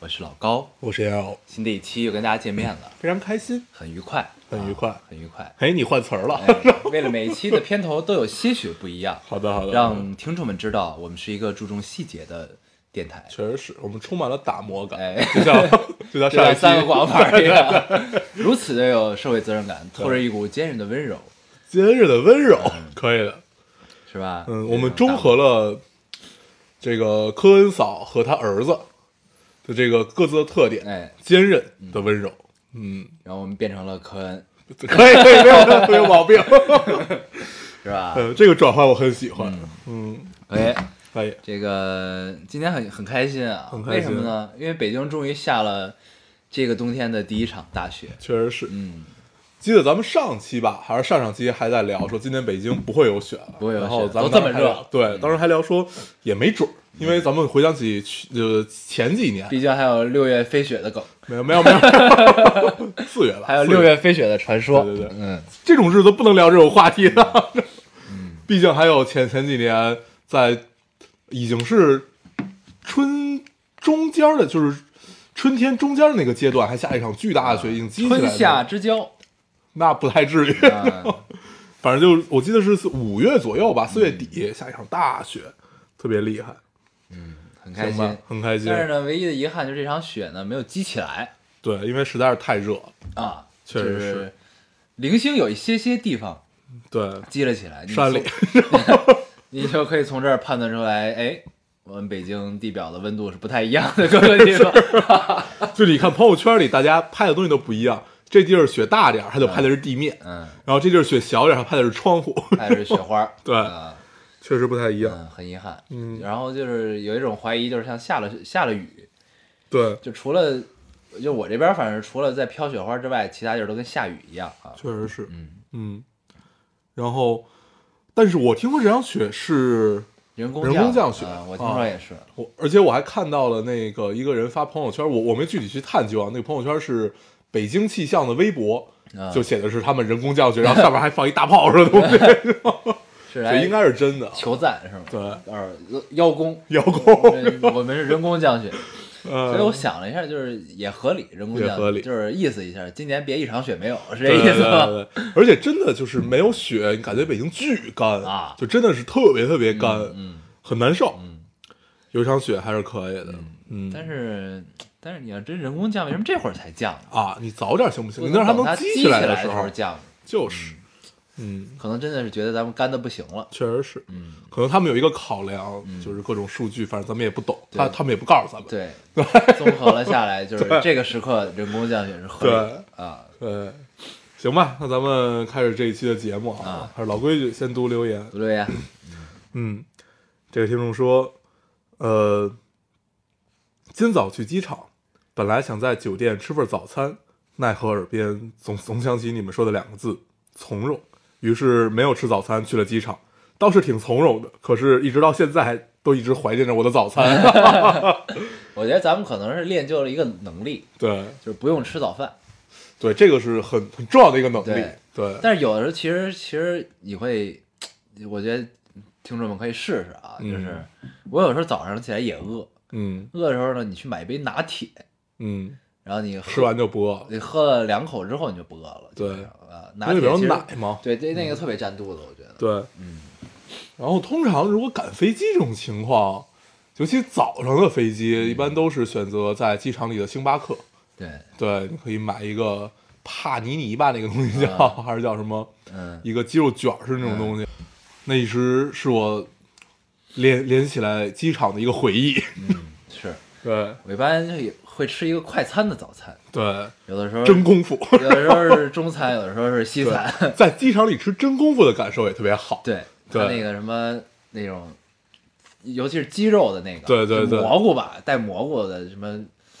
我是老高。我是 L，新的一期又跟大家见面了，非常开心。很愉快，很愉快啊很愉快。哎，你换词儿了。哎为了每一期的片头都有些许不一样， 好的，好的。让听众们知道我们是一个注重细节的电台。确实是我们充满了打磨感，哎，就像就就像像上一期三个广告牌一样， 如此的有社会责任感，透着一股坚韧的温柔， 今日的温柔，哎可以的。是吧？嗯，我们中和了这个科恩嫂和他儿子的这个各自的特点，哎，坚韧的温柔。嗯，然后我们变成了科恩，可以，可以，没有没有毛 病。是吧？嗯，这个转换我很喜欢。嗯，哎，可以。这个今天很很开心啊，很开为心什么呢？因为北京终于下了这个冬天的第一场大雪。确实是，嗯，记得咱们上期吧，还是上上期还在聊说今年北京不会有雪了，不会有雪然后咱们都这么热嗯当时还聊对，当时还聊说也没准儿，因为咱们回想起去呃前几年，毕竟还有六月飞雪的梗，没有没有没 有，四月吧，还有四月六月飞雪的传说。啊对对对嗯，这种日子不能聊这种话题的，毕竟还有前前几年在已经是春中间儿的，就是春天中间儿那个阶段，还下一场巨大的雪，已经积起来春了夏之交。那不太至于， 啊，反正就是我记得是四五月左右吧，四月底下一场大雪，特别厉害，很开行吧心。很开心但。是呢，唯一的遗憾就是这场雪呢没有积起来对，因为实在是太热了。啊，确实就是是零星有一些些地方对，积了起来，你山里从 你就可以从这儿判断出来，哎，我们北京地表的温度是不太一样的各个地 方。就你看朋友圈里大家拍的东西都不一样，这地儿雪大点儿，他就拍的是地面；嗯，然后这地儿雪小点儿，他拍的是窗户，。还是雪花儿对啊确实不太一样。嗯，很遗憾。嗯然后就是有一种怀疑，就是像下了下了雨，对，就除了就我这边，反正除了在飘雪花之外，其他地儿都跟下雨一样啊。确实是，嗯，嗯。然后，但是我听说这场雪是人工人工降雪啊我听说啊也是。我，而且我还看到了那个一个人发朋友圈，我我没具体去探究啊，那个朋友圈是北京气象的微博，啊就写的是他们人工降雪，然后上面还放一大炮似的东西， 是这来应该是真的。求赞是吗？对，呃，邀 功。遥控，这我们是人工降雪，所以我呃，想了一下，就是也合理，人工也降合理就是意思一下，今年别一场雪没有，是这对意对思啊吗？对对，而且真的就是没有雪，你感觉北京巨干啊就真的是特别特别干，嗯，很难受嗯。有一场雪还是可以的，嗯， 但是但是你要真人工降，为什么这会儿才降呢？啊，你早点行不行？不你那儿还等它能积起来的时候，降，就是，嗯，可能真的是觉得咱们干的不行了。确实是，嗯，可能他们有一个考量，就是各种数据，反正咱们也不懂，对他他们也不告诉咱们。 对，综合了下来，就是这个时刻人工降雪是合理的啊。对，行吧，那咱们开始这一期的节目啊啊，还是老规矩，先读留言。不对呀，嗯，这个听众说，呃，今早去机场，本来想在酒店吃份早餐，奈何耳边总总响起你们说的两个字“从容”，于是没有吃早餐，去了机场，倒是挺从容的。可是，一直到现在都一直怀念着我的早餐。我觉得咱们可能是练就了一个能力，对就是不用吃早饭。对，这个是很很重要的一个能力对。对，但是有的时候，其实其实你会，我觉得听众们可以试试啊，嗯就是我有时候早上起来也饿，嗯饿的时候呢，你去买一杯拿铁，嗯，然后你喝吃完就不饿了，你喝了两口之后你就不饿了。对基本上啊，拿那里铁边有其实奶嘛。嗯对，这那个特别占肚子，我觉得。对，嗯。然后通常如果赶飞机这种情况，尤其早上的飞机，一般都是选择在机场里的星巴克。对，对，你可以买一个帕尼尼吧，那个东西叫、 啊还是叫什么？嗯，一个鸡肉卷儿是那种东西。那一时是我连连起来机场的一个回忆。是对我一般就也会吃一个快餐的早餐，对，有的时候真功夫。有的时候是中餐，有的时候是西餐。对， 在机场里吃真功夫的感受也特别好。对，对它那个什么那种，尤其是鸡肉的那个，对对就对蘑菇吧，带蘑菇的什么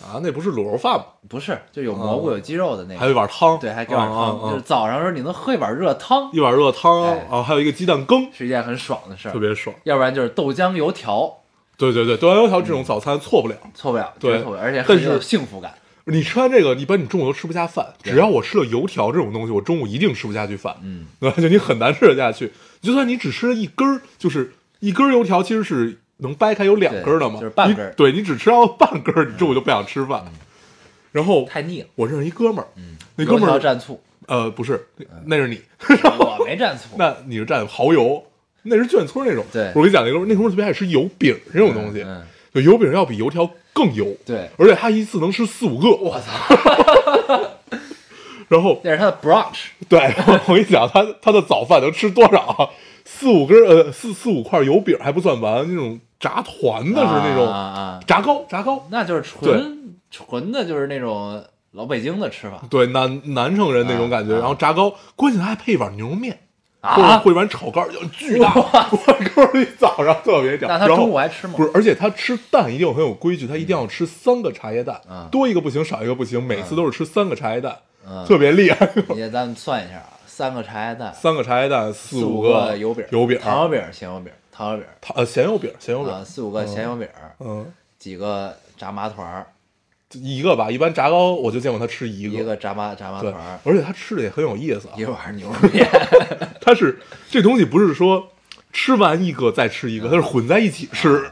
啊，那不是卤肉饭吗？不是，就有蘑菇有鸡肉的那嗯还有一个，碗汤，对，还给碗嗯嗯汤，就是嗯早上的时候你能喝一碗热汤，一碗热汤哎啊，还有一个鸡蛋羹，是一件很爽的事儿特。别爽。要不然就是豆浆油条，对对对，豆浆油条这种早餐错不了。错不了，对绝错不了，而且但很是有幸福感。你吃完这个，一般你中午都吃不下饭。对只要我吃了油条这种东西，我中午一定吃不下去饭。嗯， 对吧？就你很难吃得下去。就算你只吃了一根儿，就是一根儿油条，其实是能掰开有两根儿的嘛，对就是半根儿嗯你对你只吃到半根儿，你中午就不想吃饭。然后太腻了。我认识一哥们儿，那嗯哥油们条儿蘸 嗯醋，呃不是，那那是你，我没蘸醋，那你是蘸蚝油，那是卷村那种。对我跟你讲，那哥们儿那哥们儿特别爱吃油饼这种东西，嗯嗯就油饼要比油条更油，对而且他一次能吃四五个。我操！ 然后那是它的 brunch，对，我我跟你讲，他他的早饭能吃多少啊？四五根呃四四五块油饼还不算完，那种炸团子是那种、啊啊啊炸糕炸糕，那就是纯纯的，就是那种老北京的吃法对南南城人那种感觉，啊然后炸糕，关键还配一碗牛肉面。或者啊。会碗炒肝儿，就巨大。 我告诉你，早上特别屌。那他然后中午还吃吗不是，而且他吃蛋一定很有规矩，他一定要吃三个茶叶蛋嗯，多一个不行，少一个不行，每次都是吃三个茶叶蛋嗯，特别厉害。你咱们算一下啊，三个茶叶蛋，三个茶叶蛋，四四五个油饼饼，，油饼，糖油饼、咸油饼、糖油饼糖呃咸油饼，咸油啊，饼，四五个咸油饼，嗯，几个炸麻团儿，就一个吧。一般炸糕我就见过他吃一一个，个炸麻炸麻对团儿，，而且他吃的也很有意思啊一。碗牛肉 面，他是这东西不是说吃完一个再吃一个，它是混在一起吃。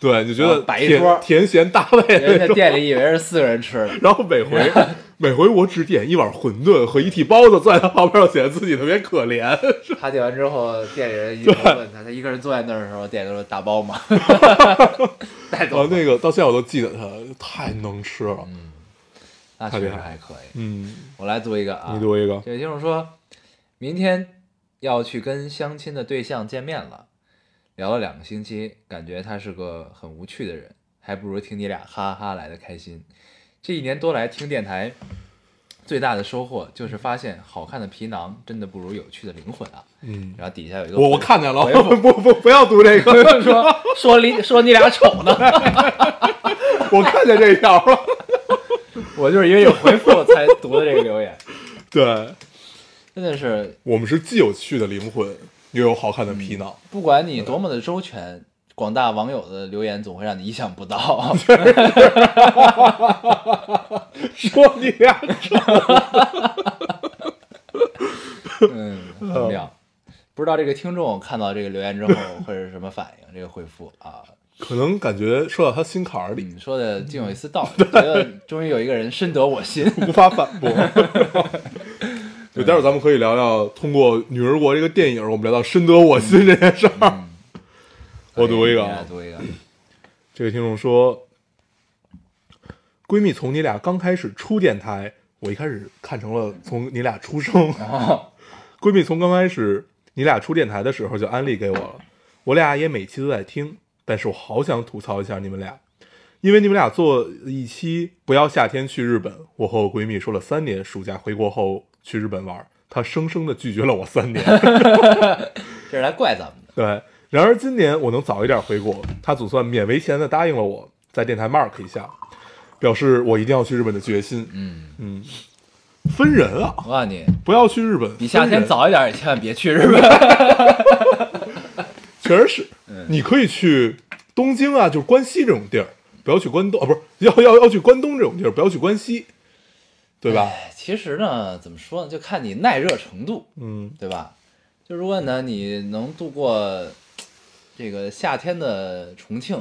对，就觉啊得摆一甜桌甜咸搭配人那家种。店里以为是四个人吃的，然后每回每回我只点一碗馄饨和一屉包子，坐在他旁边，我显得自己特别可怜。他点完之后，店里人一直问他，他一个人坐在那儿的时候，店里说打包 嘛，带然走。后哦那个到现在我都记得他，太能吃了。那确实还可以。嗯，我来读一个啊，你读一个，这位听众说，明天要去跟相亲的对象见面了，聊了两个星期，感觉他是个很无趣的人，还不如听你俩哈哈哈来的开心。这一年多来听电台，最大的收获就是发现好看的皮囊真的不如有趣的灵魂啊。嗯，然后底下有一个我我回看见了，回复不不不要读这个， 说说你说你俩丑呢，我看见这条了。我就是因为有回复才读的这个留言，对真的是我们是既有趣的灵魂，又有好看的皮囊。不管你多么的周全，广大网友的留言总会让你意想不到。说你 俩嗯，很妙。不知道这个听众看到这个留言之后会是什么反应？这个回复啊，可能感觉说到他心坎儿里，你说的竟有一丝道理，觉得终于有一个人深得我心。 无法反驳。就待会儿咱们可以聊聊通过《女儿国》这个电影，我们聊到深得我心这件事儿。我嗯读一个你啊来，哎读一个，这位听众说，闺蜜从你俩刚开始初电台，我一开始看成了从你俩出生。闺蜜从刚开始你俩出电台的时候就安利给我了，我俩也每期都在听，但是我好想吐槽一下你们俩，因为你们俩做一期不要夏天去日本，我和我闺蜜说了三年，暑假回国后去日本玩，她生生的拒绝了我三年。这是来怪咱们的。 对，然而今年我能早一点回国，他总算勉为其难的答应了我，在电台 mark 一下，表示我一定要去日本的决心。嗯，嗯，分人啊，我告诉你，不要去日本，你夏分天人，早一点也千万别去日本。确实是，嗯你可以去东京啊，就是关西这种地儿，不要去关东啊，不是要要要去关东这种地儿，不要去关西，对吧？哎 其实呢，怎么说呢，就看你耐热程度，嗯，对吧？就如果呢，你能度过这个夏天的重庆，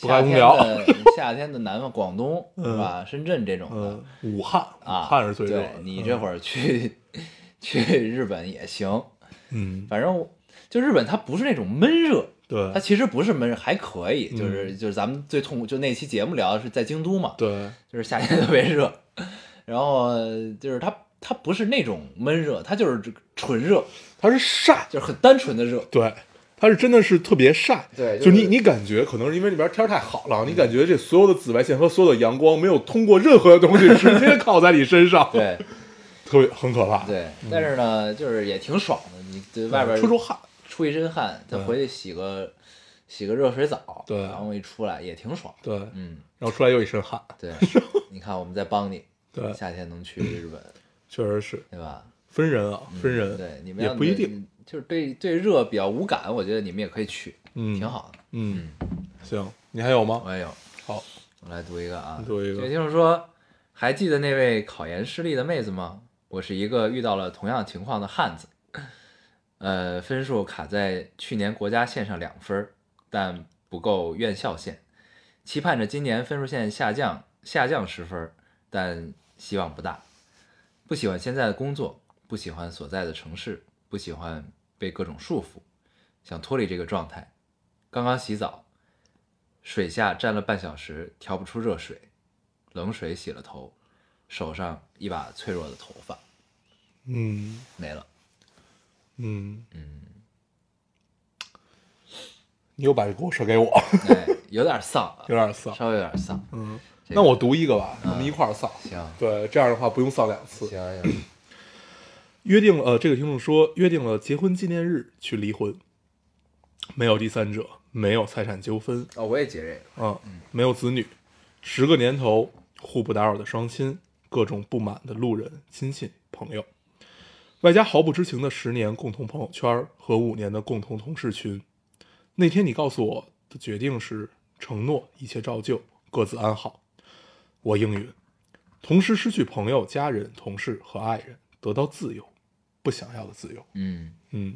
不夏开空天调的 夏天的南方广东，是吧？深圳这种的嗯，武汉，啊，武汉是最热对的。你这会儿去 去日本也行，嗯，反正就日本它不是那种闷热，对它其实不是闷热，还可嗯以。就是就是咱们最痛苦，就那期节目聊的是在京都嘛，对，就是夏天特别热， 然后就是它它不是那种闷热，它就是纯热，它是晒，就是很单纯的热。对，它是真的是特别晒。对就就是你你感觉可能是因为那边天儿太好了，你感觉这所有的紫外线和所有的阳光没有通过任何的东西直接靠在你身上，， 对特别很可怕。，对，但是呢，就是也挺爽的。你对外边嗯出出汗，出一身汗，再回去洗个洗个热水澡，对然后一出来也挺爽。对，嗯，然后出来又一身汗， 对，你看我们在帮你，对，夏天能去日本，确实是对吧？嗯分人啊，分人，对，你们也要不一定，，就是对对热比较无感，我觉得你们也可以去，嗯，挺，好的。嗯，行，你还有吗？我也有，好，我来读一个啊，你读一个也就是说，还记得那位考研失利的妹子吗？我是一个遇到了同样情况的汉子，呃，分数卡在去年国家线上两分儿，但不够院校线，期盼着今年分数线下降，下降十分儿，但希望不大。不喜欢现在的工作，不喜欢所在的城市，不喜欢被各种束缚，想脱离这个状态。刚刚洗澡，水下站了半小时，调不出热水，冷水洗了头，手上一把脆弱的头发嗯没了。嗯嗯，你又把这锅射给我， 哎，有点丧啊有，点丧，稍微有点丧。嗯，这个那我读一个吧，嗯我们一块儿丧，行对，这样的话不用丧两次，行行，约定了，呃，这个听众说约定了结婚纪念日去离婚，没有第三者，没有财产纠纷哦，我也截这个。啊，没有子女，十个年头互不打扰的双亲，各种不满的路人、亲戚、朋友，外加毫不知情的十年共同朋友圈和五年的共同同事群。那天你告诉我的决定是承诺一切照旧，各自安好。我应允，同时失去朋友、家人、同事和爱人，得到自由，不想要的自由。嗯，嗯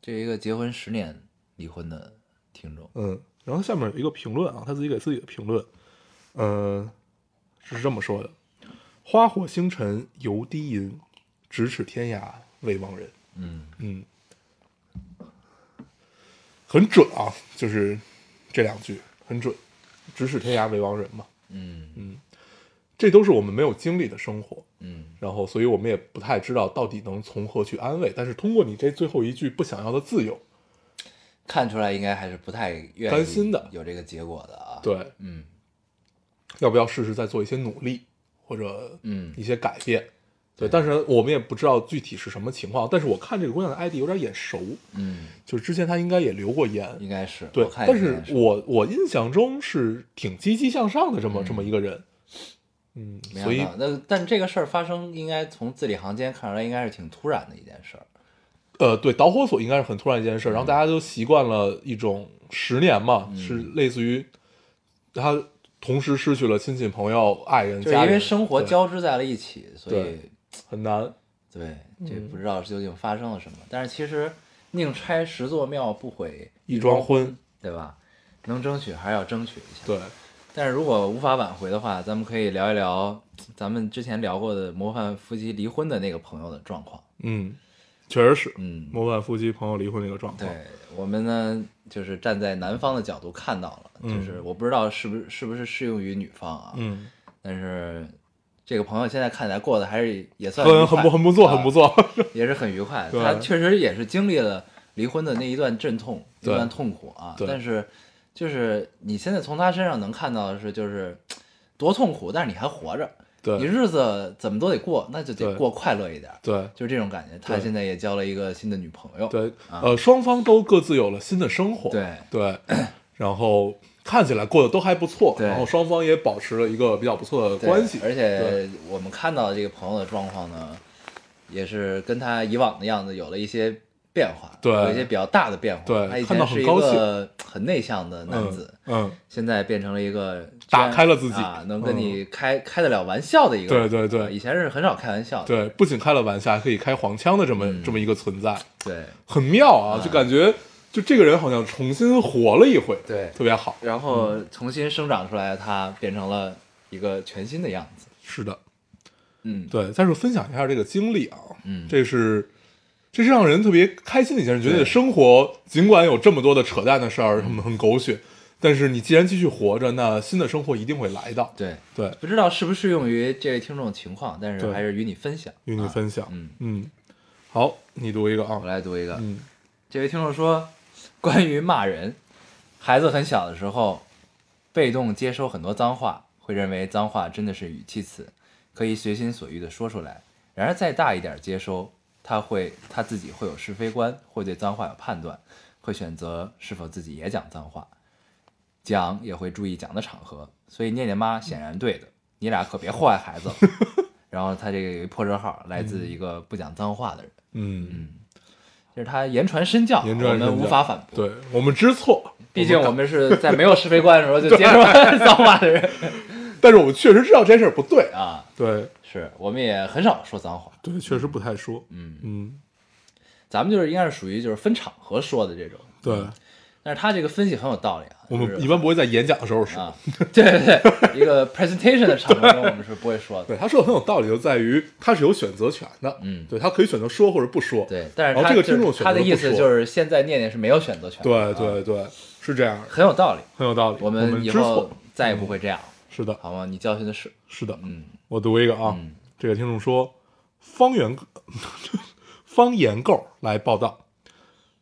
这一个结婚十年离婚的听众，嗯。然后下面有一个评论啊，他自己给自己的评论，呃，是这么说的：“花火星辰游低吟，咫尺天涯未忘人。”嗯，嗯，很准啊，就是这两句很准，“咫尺天涯未忘人”嘛，嗯这都是我们没有经历的生活。嗯然后所以我们也不太知道到底能从何去安慰。但是通过你这最后一句不想要的自由，看出来应该还是不太愿意担心的有这个结果的啊。，对，嗯要不要试试再做一些努力或者嗯一些改变？对，对但是我们也不知道具体是什么情况。但是我看这个姑娘的 ID 有点眼熟，嗯，就是之前她应该也留过言，应该是。对嗯我。看但应是该我我印象中是挺积极向上的这么、嗯这么一个人，嗯，没所以想到，那但这个事儿发生，应该从字里行间看出来，应该是挺突然的一件事儿。呃，对，导火索应该是很突然一件事儿，然嗯后大家都习惯了一种十年嘛，是类似于他同时失去了亲戚、朋友、爱人、就是家因为人，生活对交织在了一起，所以很难。对这不知道究竟发生了什么。但是其实宁拆十座庙不毁一桩婚，对吧？能争取还是要争取一下。，对，但是如果无法挽回的话，咱们可以聊一聊咱们之前聊过的模范夫妻离婚的那个朋友的状况。嗯，确实是嗯，模范夫妻朋友离婚这个状况。对我们呢，就是站在男方的角度看到了，嗯就是我不知道是不是是不是适用于女方啊，嗯，但是这个朋友现在看起来过得还是也算愉快很很不很不错，啊很不错。也是很愉快。对他确实也是经历了离婚的那一段阵痛，一对段痛苦啊。对但是就是你现在从他身上能看到的是，就是多痛苦，但是你还活着，你对日子怎么都得过，那就得对过快乐一点，对就是这种感觉。他对现在也交了一个新的女朋友，对，啊呃，双方都各自有了新的生活。对对，然后看起来过得都还不错，对然后双方也保持了一个比较不错的对关系。而对且我们看到这个朋友的状况呢，也是跟他以往的样子有了一些变化，对有一些比较大的变化。对他以看到前很是一高兴个很内向的男子，嗯，嗯现在变成了一个打开了自己嗯啊，能跟你开、开得了玩笑的一个人。对对对啊以前是很少开玩笑的。对，不仅开了玩笑，还可以开黄腔的这么、嗯这么一个存在，对很妙啊！就感觉就这个人好像重新活了一回，对特别好。然后重新生长出来，他变成了一个全新的样子。是的，嗯，对。但是分享一下这个经历啊，嗯这是这是让人特别开心的一件事，觉得对生活尽管有这么多的扯淡的事儿，很很狗血，但是你既然继续活着，那新的生活一定会来到。对，对，不知道适不适用于这位听众情况，但是对还是与你分享。与你分享。嗯，嗯，好，你读一个我啊。来读一个。嗯这位听众说，关于骂人，孩子很小的时候，被动接收很多脏话，会认为脏话真的是语气词，可以随心所欲的说出来。然而再大一点接收，他会他自己会有是非观，会对脏话有判断，会选择是否自己也讲脏话，讲也会注意讲的场合。所以念念妈显然对的，你俩可别祸害孩子了。 然后他这个有一破折号，来自一个不讲脏话的人，嗯，就是他言传身教，言传身教我们无法反驳。对我们知错，毕竟我们是在没有是非观的时候 就接受了脏话的人 但是我们确实知道这件事儿不对啊。啊，对是我们也很少说脏话。对，确实不太说。嗯嗯，咱们就是应该是属于就是分场合说的这种，对，但是他这个分析很有道理啊。我嗯就是们一般不会在演讲的时候说。啊， 对对对，一个 presentation 的场合中我们是不会说的。对，他说的很有道理，就在于他是有选择权的。嗯对他可以选择说或者不说。对，但是然后他哦这个就听众是他的选择意不思说就是现在念念是没有选择权的，对对对，是这样的，很有道理。很有道理。我们以知后错，再也不会这样，是的，好吗？你教训的是，是的。嗯，我读一个啊，嗯这个听众说，方圆 方言够来报道，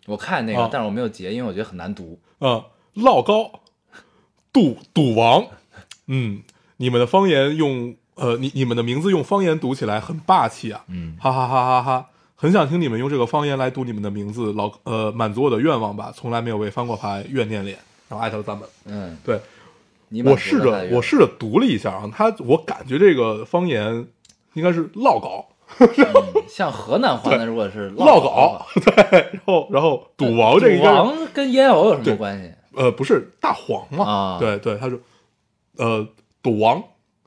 我看那个啊，但是我没有截，因为我觉得很难读。呃，老高，赌赌王，嗯，你们的方言用呃，你你们的名字用方言读起来很霸气啊，嗯，哈哈哈哈哈！很想听你们用这个方言来读你们的名字，老呃，满足我的愿望吧，从来没有被翻过牌，怨念脸，然后艾特了咱们。嗯，对你满我足试了大着约我试着读了一下啊，他我感觉这个方言应该是老高，嗯 像河南话，那如果是落狗的狗话，，对，然后然后 赌王这个呃应赌该是王跟烟偶有什么对关系？呃不是大黄嘛，啊对对，他说呃赌王，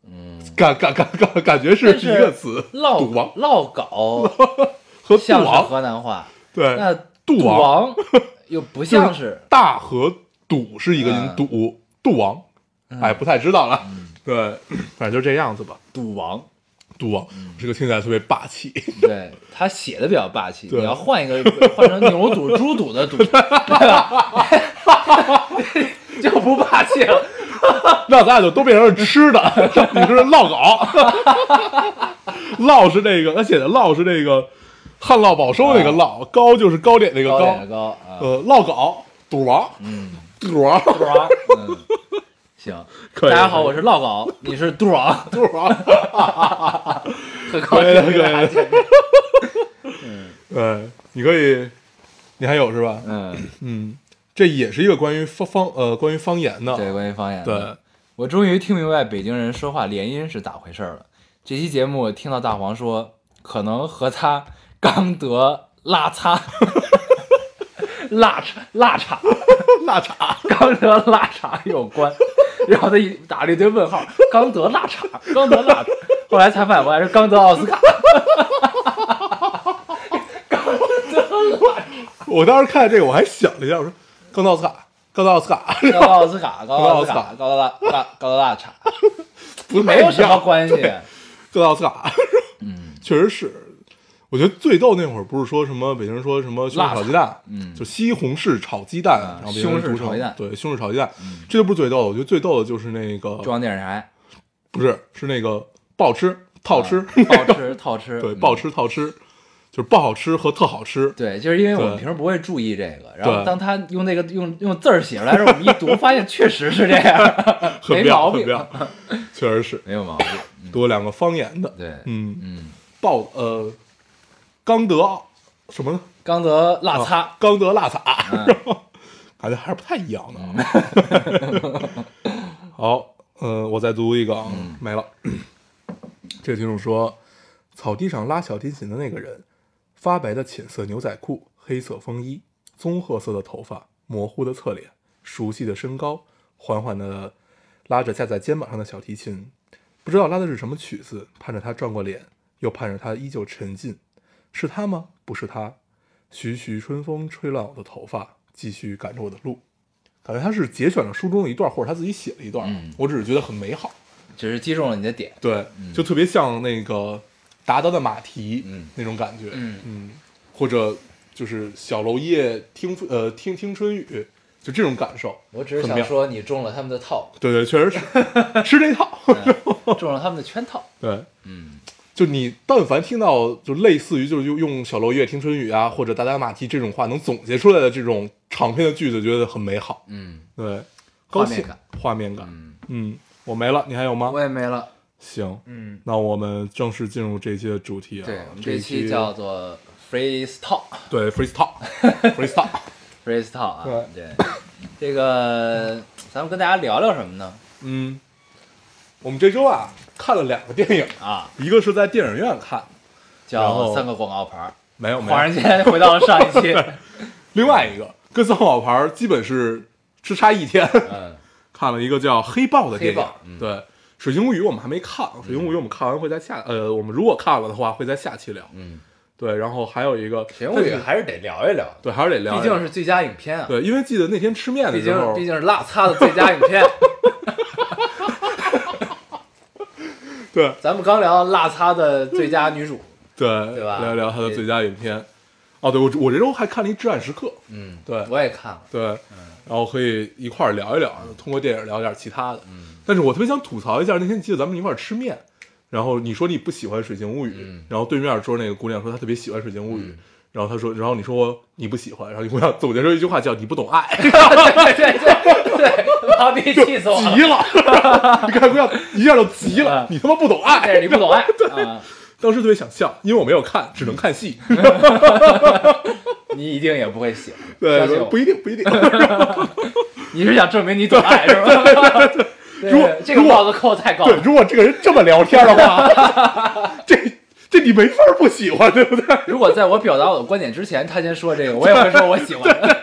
嗯，感感感感感觉是但是一个词，唠赌王唠 搞和杜像是王河南话，那对，杜杜王又不像，就是大和赌是一个音嗯，赌赌王，哎不太知道了，对， 反正就这样子吧，赌 王，赌王嗯这个听起来特别霸气，对他写的比较霸气。对你要换一个，换成牛肚、猪肚 的肚，对吧？就不霸气 了。那咱俩就都变成了吃的， 你是烙稿，烙是那个，他写的烙是那个旱涝保收那个烙，糕就是糕点那个高糕啊点的，高啊，呃，烙稿赌王，嗯，赌王，杜王，嗯，行。可大以家好，可以我是唠搞，你是杜 王，赌王，很高兴可以的跟大家可以见面。对，哎你可以，你还有是吧？嗯，嗯，这也是一个关于方方呃关于方言对，的，关于方言，对，我终于听明白北京人说话连音是咋回事儿了。这期节目听到大黄说，可能和他刚得拉 擦，拉碴拉 碴，腊肠，刚得拉碴有关。然后他一打了一堆问号，刚得拉碴， 刚得拉碴。后来才反应过来是刚得奥斯 卡。我当时看这个我还想了一下，我说刚到斯卡，刚到斯卡，高德奥斯卡，高德奥斯高卡，高德拉拉高德拉碴， 不太 没有什一么样关系。各道斯卡，嗯， 确实是。我觉得最逗那会儿不是说什么北京人说什么西红柿炒鸡蛋，嗯就西红柿炒鸡蛋，啊然后别人西红柿读炒鸡蛋嗯成对西红柿炒鸡蛋，这就不是最逗的。我觉得最逗的就是那个中央电视台不是是那个不好吃套吃，啊不好吃套吃， 对嗯不好吃套吃，就是不好吃和特好吃，对，就是因为我们对平时不会注意这个，然后对当他用那个用用字儿写出来的时候，我们一读，发现确实是这 样，很没妙毛很病，妙， 确实是没有毛病。多两个方言的，对，嗯，嗯，爆呃，刚德奥什么呢？刚德辣啊嗯擦，刚德辣擦， 然后感觉还是不太一样的。啊。 好，嗯，我再读一个啊，没了。 这个听众说，草地上拉小提琴的那个人，发白的浅色牛仔裤，黑色风衣，棕褐色的头发，模糊的侧脸，熟悉的身高，缓缓的拉着架在肩膀上的小提琴，不知道拉的是什么曲子，盼着他转过脸，又盼着他依旧沉浸。是他吗？不是他，徐徐春风吹乱我的头发，继续赶着我的路。感觉他是节选了书中的一段，或者他自己写了一段，嗯我只是觉得很美好。只是击中了你的点。对，就特别像那个达达的马蹄，嗯那种感觉，嗯或者就是小楼夜听呃听听春雨，就这种感受。我只是很想妙，说，你中了他们的套， 对对，确实是 吃这套。中了他们的圈套。对，嗯，就你但凡听到就类似于就是用用小楼夜听春雨啊，或者达达马蹄这种话能总结出来的这种长篇的句子，觉得很美好。嗯对，画高面兴感，画面感。嗯，嗯，我没了，你还有吗我？也没了。行，嗯，那我们正式进入这一期的主题啊。对，我们这这一期叫做 freeze talk。 对 freestyle，freestyle， freestyle 啊，对对，这个咱们跟大家聊聊什么呢？嗯，我们这周啊看了两个电影，啊，一个是在电影院看，然叫后三个广告牌儿，没有没恍然有，间回到了上一 期，另外一个跟三好牌儿基本是只差一天，嗯，看了一个叫《黑豹》的电黑影豹，嗯对，《水晶物语》我们还没看，《水晶物语》我们看完会在下，呃，我们如果看了的话会在下期聊，嗯，对，然后还有一个《神物语还是得聊一聊，对，还是得聊一毕聊，竟是最佳影片啊，对，因为记得那天吃面的毕时候竟，毕竟是辣擦的最佳影片，对咱们刚聊辣擦的最佳女主，对，对吧聊一聊他的最佳影片。哦，对我我这周还看了一《至暗时刻》，嗯，对我也看了，对，嗯然后可以一块儿聊一聊，通过电影聊点其他的。嗯但是我特别想吐槽一下，那天记得咱们一块儿吃面，然后你说你不喜欢《水晶物语》嗯然后对面桌那个姑娘说她特别喜欢《水晶物语》然后她说，然后你说你不喜欢，然后你姑娘总结出一句话叫“你不懂爱对对对对，把逼气”， 死我了急，了， 你看姑娘一下就急了嗯，你他妈不懂爱但，是你不懂爱，啊， 当时特别想笑，因为我没有看，只能看戏。嗯你一定也不会喜欢，相信对，我不一定，不 一定。你是想证明你懂爱是吧？对如果这个如果帽子扣太高对，了。如果这个人这么聊天的 话，这这你没法不喜欢，对不对？如果在我表达我的观点之前，他先说这个，我也会说我喜欢。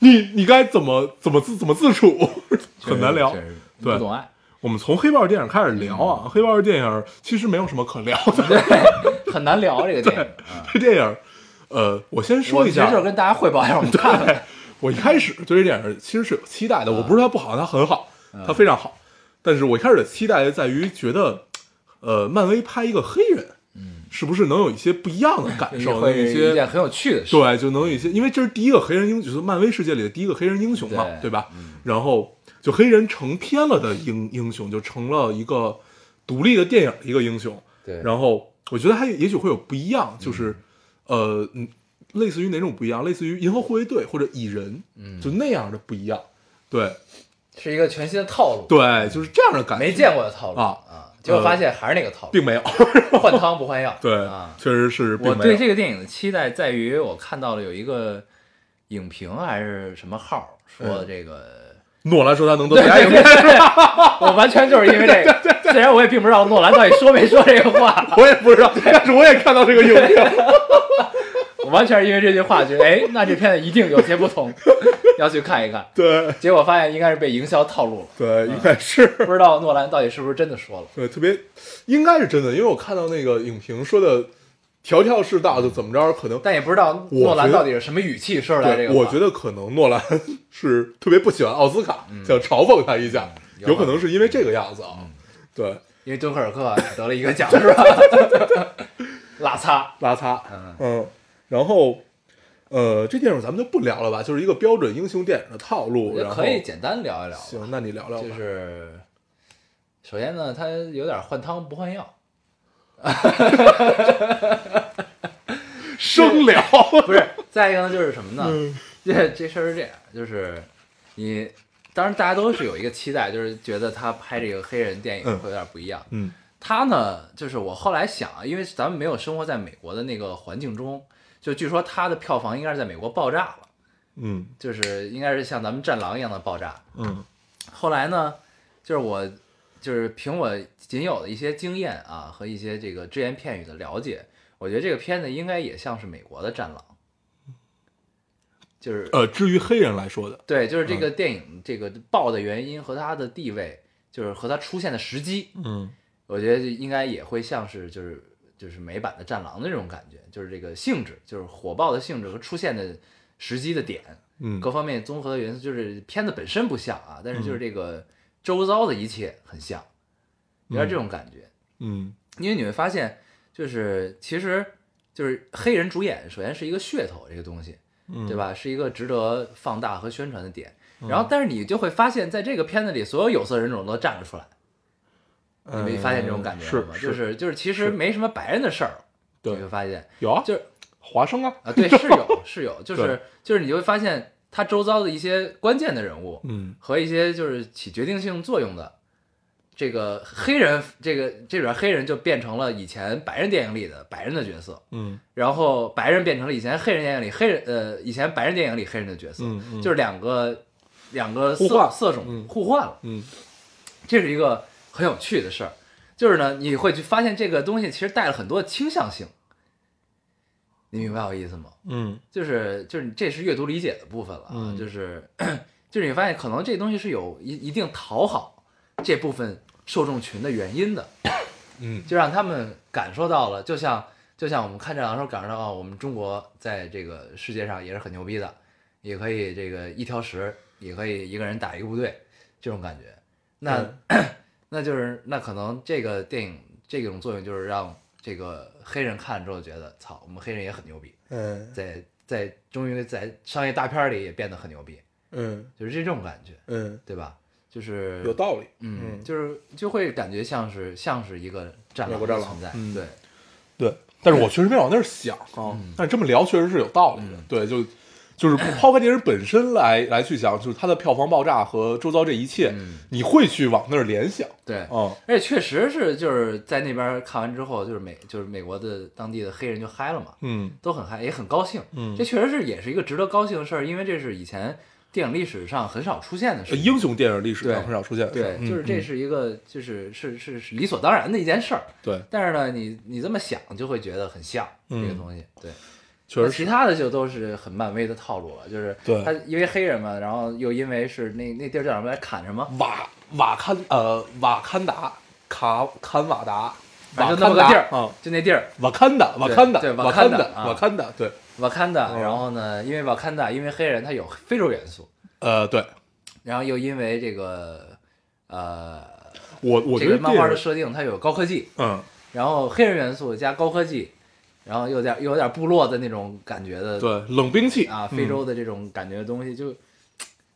你你该怎么怎么自怎么自处， 很难聊确。实对不懂爱。我们从黑豹电影开始聊嗯啊，黑豹电影其实没有什么可聊的。对，很难聊这个电影。嗯 这电影，呃，我先我说们一没下事，跟大家汇报一下，我们看了。 对，我一开始对这电影其实是有期待的，我不是它不好，它很好，嗯它非常好。但是我一开始的期待在于觉得，呃，漫威拍一个黑人，嗯，是不是能有一些不一样的感 受，能会有一一些件很有趣的事。对，就能有一些，因为这是第一个黑人英，就是漫威世界里的第一个黑人英雄嘛，对对吧？嗯然后就黑人成片了的英英雄，就成了一个独立的电影的一个英雄。对然后我觉得他也许会有不一样，就是、呃，嗯，类似于哪种不一样？类似于银河护卫队或者蚁人，嗯，就那样的不一样。对是一个全新的套路，对，就是这样的感觉，没见过的套路啊啊。结果发现还是那个套路，并没有。 换汤不换药。对，啊，确实是并没我有。对这个电影的期待在于，我看到了有一个影评还是什么号嗯说这个，诺兰说他能 得对最佳对影对片，对，我完全就是因为这个。虽然我也并不知道诺兰到底说没说这个话，我也不知道，但是我也看到这个影评。我完全是因为这句话觉得，哎，那这片子一定有些不同，要去看一看。 对结果发现应该是被营销套路了，对，应该是。不知道诺兰到底是不是真的说了。对，特别应该是真的，因为我看到那个影评说的条条是道，就怎么着可能。但也不知道诺兰到底是什么语气说出来这对，个话。我觉得可能诺兰 是特别不喜欢奥斯卡，想嘲讽他一下，嗯有有可可能嗯能是因为这个样子啊。对，因为敦刻尔克只得了一个奖是吧？拉擦，拉擦，嗯然后呃，这电影咱们就不聊了吧，就是一个标准英雄电影的套路。我觉然得后可以简单聊一聊吧。行，那你聊聊吧。就是首先呢，它有点换汤不换药，生聊，啊 不是。再一个呢，就是什么呢？嗯这 这事儿是这样，就是你，当然大家都是有一个期待，就是觉得他拍这个黑人电影嗯会有点不一样。嗯他呢，就是我后来想，因为咱们没有生活在美国的那个环境中，就据说他的票房应该是在美国爆炸了，嗯就是应该是像咱们《战狼》一样的爆炸。嗯后来呢，就是我就是凭我仅有的一些经验啊和一些这个只言片语的了解，我觉得这个片子应该也像是美国的《战狼》，就是呃，至于黑人来说的，对，就是这个电影这个爆的原因和它的地位，就是和它出现的时机，嗯我觉得应该也会像是就是就是美版的《战狼》的那种感觉，就是这个性质，就是火爆的性质和出现的时机的点，嗯各方面综合的元素，就是片子本身不像啊，但是就是这个周遭的一切很像，有点这种感觉。嗯因为你会发现，就是其实就是黑人主演，首先是一个噱头，这个东西，嗯对吧？是一个值得放大和宣传的点。然后，但是你就会发现，在这个片子里，所有有色人种都站了出来，你没发现这种感觉嗯是了吗？就是就是，其实没什么白人的事儿，你对会发现，有啊，就是华生啊，啊， 对，是有是有，就对是就是，你就会发现他周遭的一些关键的人物，嗯和一些就是起决定性作用的这个黑人，这个这里边黑人就变成了以前白人电影里的白人的角色，嗯然后白人变成了以前黑人电影里黑人呃以前白人电影里黑人的角色，嗯嗯就是两个两个互换色色种嗯互换了，嗯这是一个很有趣的事儿。就是呢，你会去发现这个东西其实带了很多倾向性，你明白我意思吗？嗯就是就是这是阅读理解的部分了啊，嗯就是就是你发现可能这东西是有一一定讨好这部分受众群的原因的，嗯就让他们感受到了，就像就像我们看战狼的时候感受到啊，我们中国在这个世界上也是很牛逼的，也可以这个一挑十，也可以一个人打一个部队这种感觉。那、嗯那就是那可能这个电影这种作用就是让这个黑人看之后觉得操，我们黑人也很牛逼，嗯在在终于在商业大片里也变得很牛逼，嗯就是这种感觉，嗯，对吧？就是有道理。嗯，嗯就是就会感觉像是像是一个战美狼国的战存狼在，嗯对，嗯对，但是我确实没往那儿想啊。但是这么聊确实是有道理的。对，就就是抛开电影本身来来去想，就是它的票房爆炸和周遭这一切，你会去往那儿联想。嗯对，嗯而且确实是就是在那边看完之后，就是美就是美国的当地的黑人就嗨了嘛，嗯都很嗨，也很高兴，嗯这确实是也是一个值得高兴的事儿，因为这是以前电影历史上很少出现的事呃情，英雄电影历史上对很少出现的事儿对，就是这嗯是一个就是是是是理所当然的一件事儿，对，但是呢，你你这么想就会觉得很像这嗯个东西，对。确实其是他的就都是很漫威的套路了，就是对他因为黑人嘛，然后又因为是那那地儿叫什么来砍什么，瓦瓦堪呃瓦堪达卡坎瓦达，反瓦正就那堪么个达地儿啊，就那地儿瓦坎达瓦坎达对啊瓦瓦堪坎达达瓦坎达对，瓦坎达，嗯然后呢，因为瓦坎达，因为黑人他有非洲元素，呃对。然后又因为这个呃我我这觉个得电漫画的影，设定它有高科技，嗯，然后黑人元素加高科技，然后又点又有点部落的那种感觉的对，冷兵器啊，嗯非洲的这种感觉的东西，就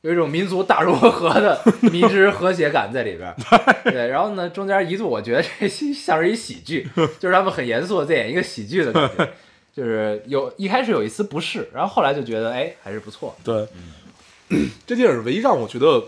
有一种民族大融合的 迷之和谐感在里边儿。 对，然后呢，中间一度我觉得这戏像是一喜 剧，就是他们很严肃的在演一个喜剧的感觉，就是有一开始有一丝不适，然后后来就觉得哎还是不错。对，嗯 这电影唯一让我觉得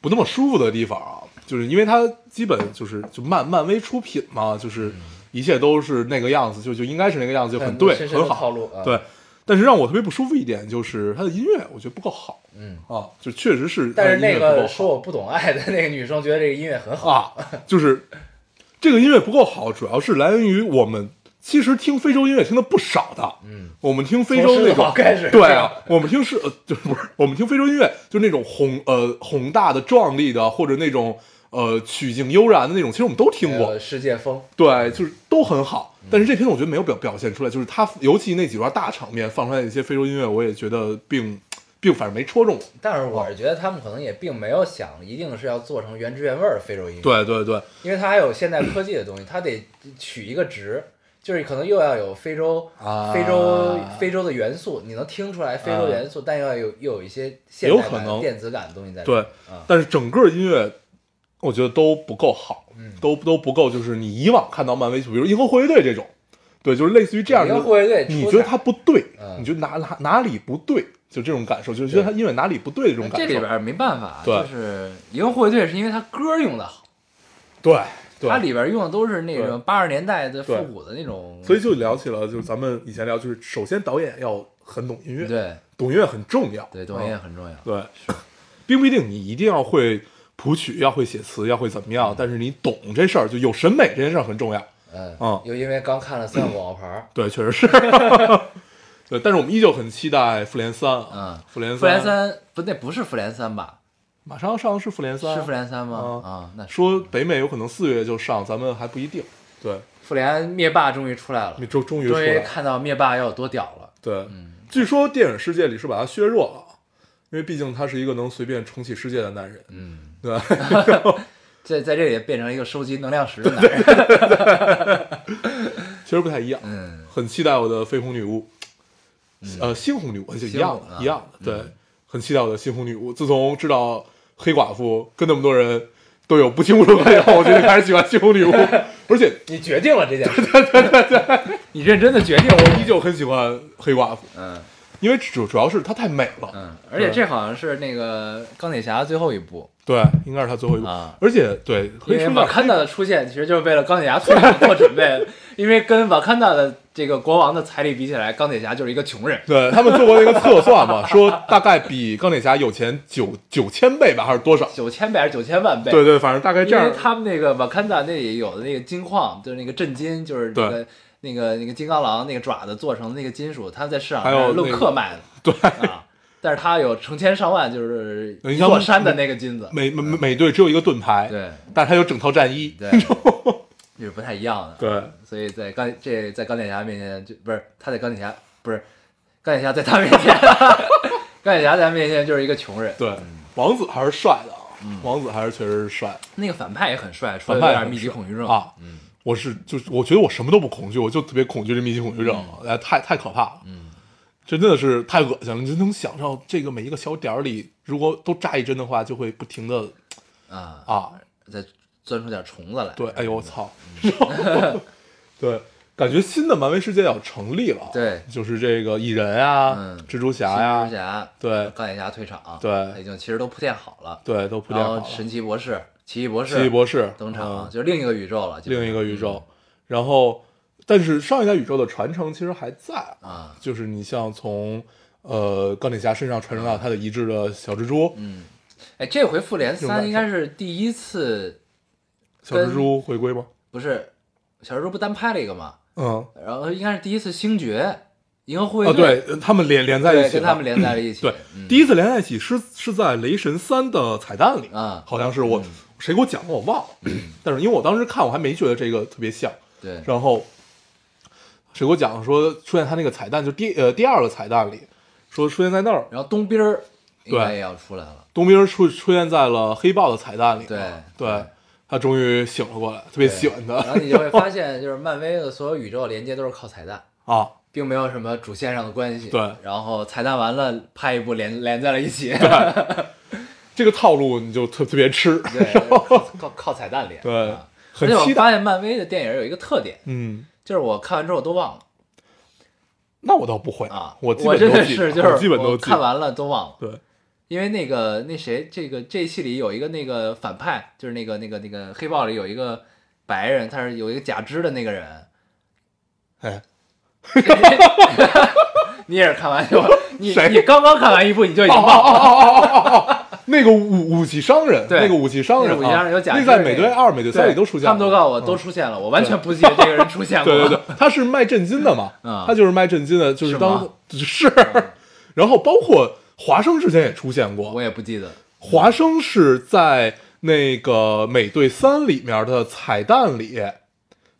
不那么舒服的地方啊，就是因为它基本就是就漫漫威出品嘛，嗯就是一切都是那个样子，就就应该是那个样子，就很对，深深的很好套路啊对，但是让我特别不舒服一点就是它的音乐，我觉得不够好嗯，啊，就确实是它但的是音乐那不个够好，说我不懂爱的那个女生觉得这个音乐很好，啊，就是这个音乐不够好，主要是来源于我们其实听非洲音乐听的不少的，嗯，我们听非洲那从种狮子王开始对啊，我们听是呃，就是不是我们听非洲音乐，就是那种宏呃宏大的、壮丽的，或者那种呃曲径悠然的那种，其实我们都听过，呃世界风，对，就是都很好。嗯但是这片子我觉得没有表表现出来，就是它尤其那几段大场面放出来的一些非洲音乐，我也觉得并并反正没戳中我。但是我是觉得他们可能也并没有想一定是要做成原汁原味儿的非洲音乐，对对对，因为它还有现代科技的东西，它得取一个值，就是可能又要有非洲、啊非洲、非洲的元素，你能听出来非洲元素，但又要有又有一些现有代可感能电子感的东西在里对面。，啊，但是整个音乐我觉得都不够好，嗯都都不够，就是你以往看到漫威，就比如《银河护卫队》这种，对，就是类似于这样银的河护卫队出彩你觉得它不对，嗯你觉得哪哪哪里不对，就这种感受，就是觉得它音乐哪里不对的这种感这受，里边没办法，对就是《银河护卫队》是因为它歌用的好，对对，它里边用的都是那对种八十年代的对复古的那种，所以就聊起了，就是咱们以前聊，就是首先导演要很懂音乐，对懂音乐很重要，对，抖音也嗯很重要。对，并不一定你一定要会谱曲，要会写词，要会怎么样，但是你懂这事儿，就有审美这件事儿很重要。嗯嗯，又因为刚看了三个广告牌儿，对，确 实是。对，但是我们依旧很期待《复联三》啊嗯复联复联三不，那不是复联三吧？马上要上的是《复联三》，是复联三吗？嗯啊，那是说北美有可能四月就上，咱们还不一定。对，复联灭霸终于出来了，终终于出终于来了。看到灭霸要有多屌了。对，嗯据说电影世界里是把他削弱了，因为毕竟他是一个能随便重启世界的男人。嗯，对吧，在在这里变成一个收集能量石的男人。其实不太一样。嗯，很期待我的绯红女巫，呃，猩红女巫就一样猩的，红啊一样的，对，很期待我的猩红女巫。自从知道黑寡妇跟那么多人都有不清不楚关系后，我就开始喜欢猩红 女巫，而且你决定了这件事，对对对对，你认真的决定我我。依旧很喜欢黑寡妇，嗯因为主主要是她太美了，嗯，而且这好像是那个钢铁侠最后一部，对，应该是他最后一部。啊而且对，可因以为说瓦到坎达的出现，其实就是为了钢铁侠退场做准备 的。因为跟瓦坎达的这个国王的财力比起来，钢铁侠就是一个穷人。对他们做过一个测算嘛，说大概比钢铁侠有钱九九千倍吧，还是多少？九千倍还是九千万倍？对对，反正大概这因为样。他们那个瓦坎达那里有的那个金矿，就是那个震金，就是那个那个那个金刚狼那个爪子做成的那个金属，他在市场还有上那论个克卖的。 对，啊，但是他有成千上万，就是你一像座山的那个金子。每每每队只有一个盾牌，对但是他有整套战衣。 对，就是不太一样的。对所以在钢这在钢铁侠面前就不是他在钢铁侠不是钢铁侠在他面前， 钢铁侠在他面前就是一个穷人。对，王子还是帅的啊，王子还是确实是帅那个反派也很帅，除反了派有也点很密集恐惧症，啊。我是就是我觉得我什么都不恐惧，我就特别恐惧这密集恐惧症，哎，太太可怕了。嗯。真的是太恶心了！你就能想象这个每一个小点儿里，如果都扎一针的话，就会不停的啊，啊，再钻出点虫子来。对，哎呦我操， 对，感觉新的漫威世界要成立了，对就是这个蚁人啊，嗯蜘蛛侠呀、蜘蛛侠对钢铁侠退场，对已经其实都铺垫好了。对，都铺垫然好了后，神奇博士、奇异博士、奇异博士登场，嗯就是另一个宇宙了，基本上嗯另一个宇宙，然后但是上一代宇宙的传承其实还在啊，啊，就是你像从呃钢铁侠身上传承到他的遗志的小蜘蛛，哎，这回复联这种感三受应该是第一次，小蜘蛛回归吗？不是小蜘蛛不单拍了一个吗？嗯然后应该是第一次星爵、银河护卫啊，队、对他们连连在一对起跟了，他们连在了一起，对，嗯第一次连在一起是是在《雷神三》的彩蛋里啊嗯好像是我谁给我讲的我忘了，但是因为我当时看我还没觉得这个特别像，对然后谁给我讲说出现他那个彩蛋，就第呃第二个彩蛋里说出现在那儿，然后东兵儿应该对也要出来了，冬兵出出现在了黑豹的彩蛋里，对对，他终于醒了过来，特别喜欢然他后你就会发现，就是漫威的所有宇宙连接都是靠彩蛋。啊，并没有什么主线上的关系，对然后彩蛋完了，拍一部连连在了一起，这个套路你就特特别吃，对， 靠靠靠彩蛋连，对啊，很而且期我待，发现漫威的电影有一个特点，嗯。就是我看完之后都忘了那我倒不会啊， 我我基本真都的记是得就是我基本都我记看得。完了都忘了，对，因为那个那谁，这个这一期里有一个那个反派，就是那个那个那个黑豹里有一个白人，他是有一个假肢的那个人，哎，你也是看完就 你谁哦你刚刚看完一部你就已经忘了。那个武武器商人，对那个武器商人啊，那个武器商人有假肢那在美队二、美队三里都出现了，他们都告诉我都出现了，我完全不记得这个人出现过。对对对，他是卖震惊的嘛，嗯他就是卖震惊的，就是是当吗是，然后包括华生之前也出现过，我也不记得。华生是在那个《美队三》里面的彩蛋里，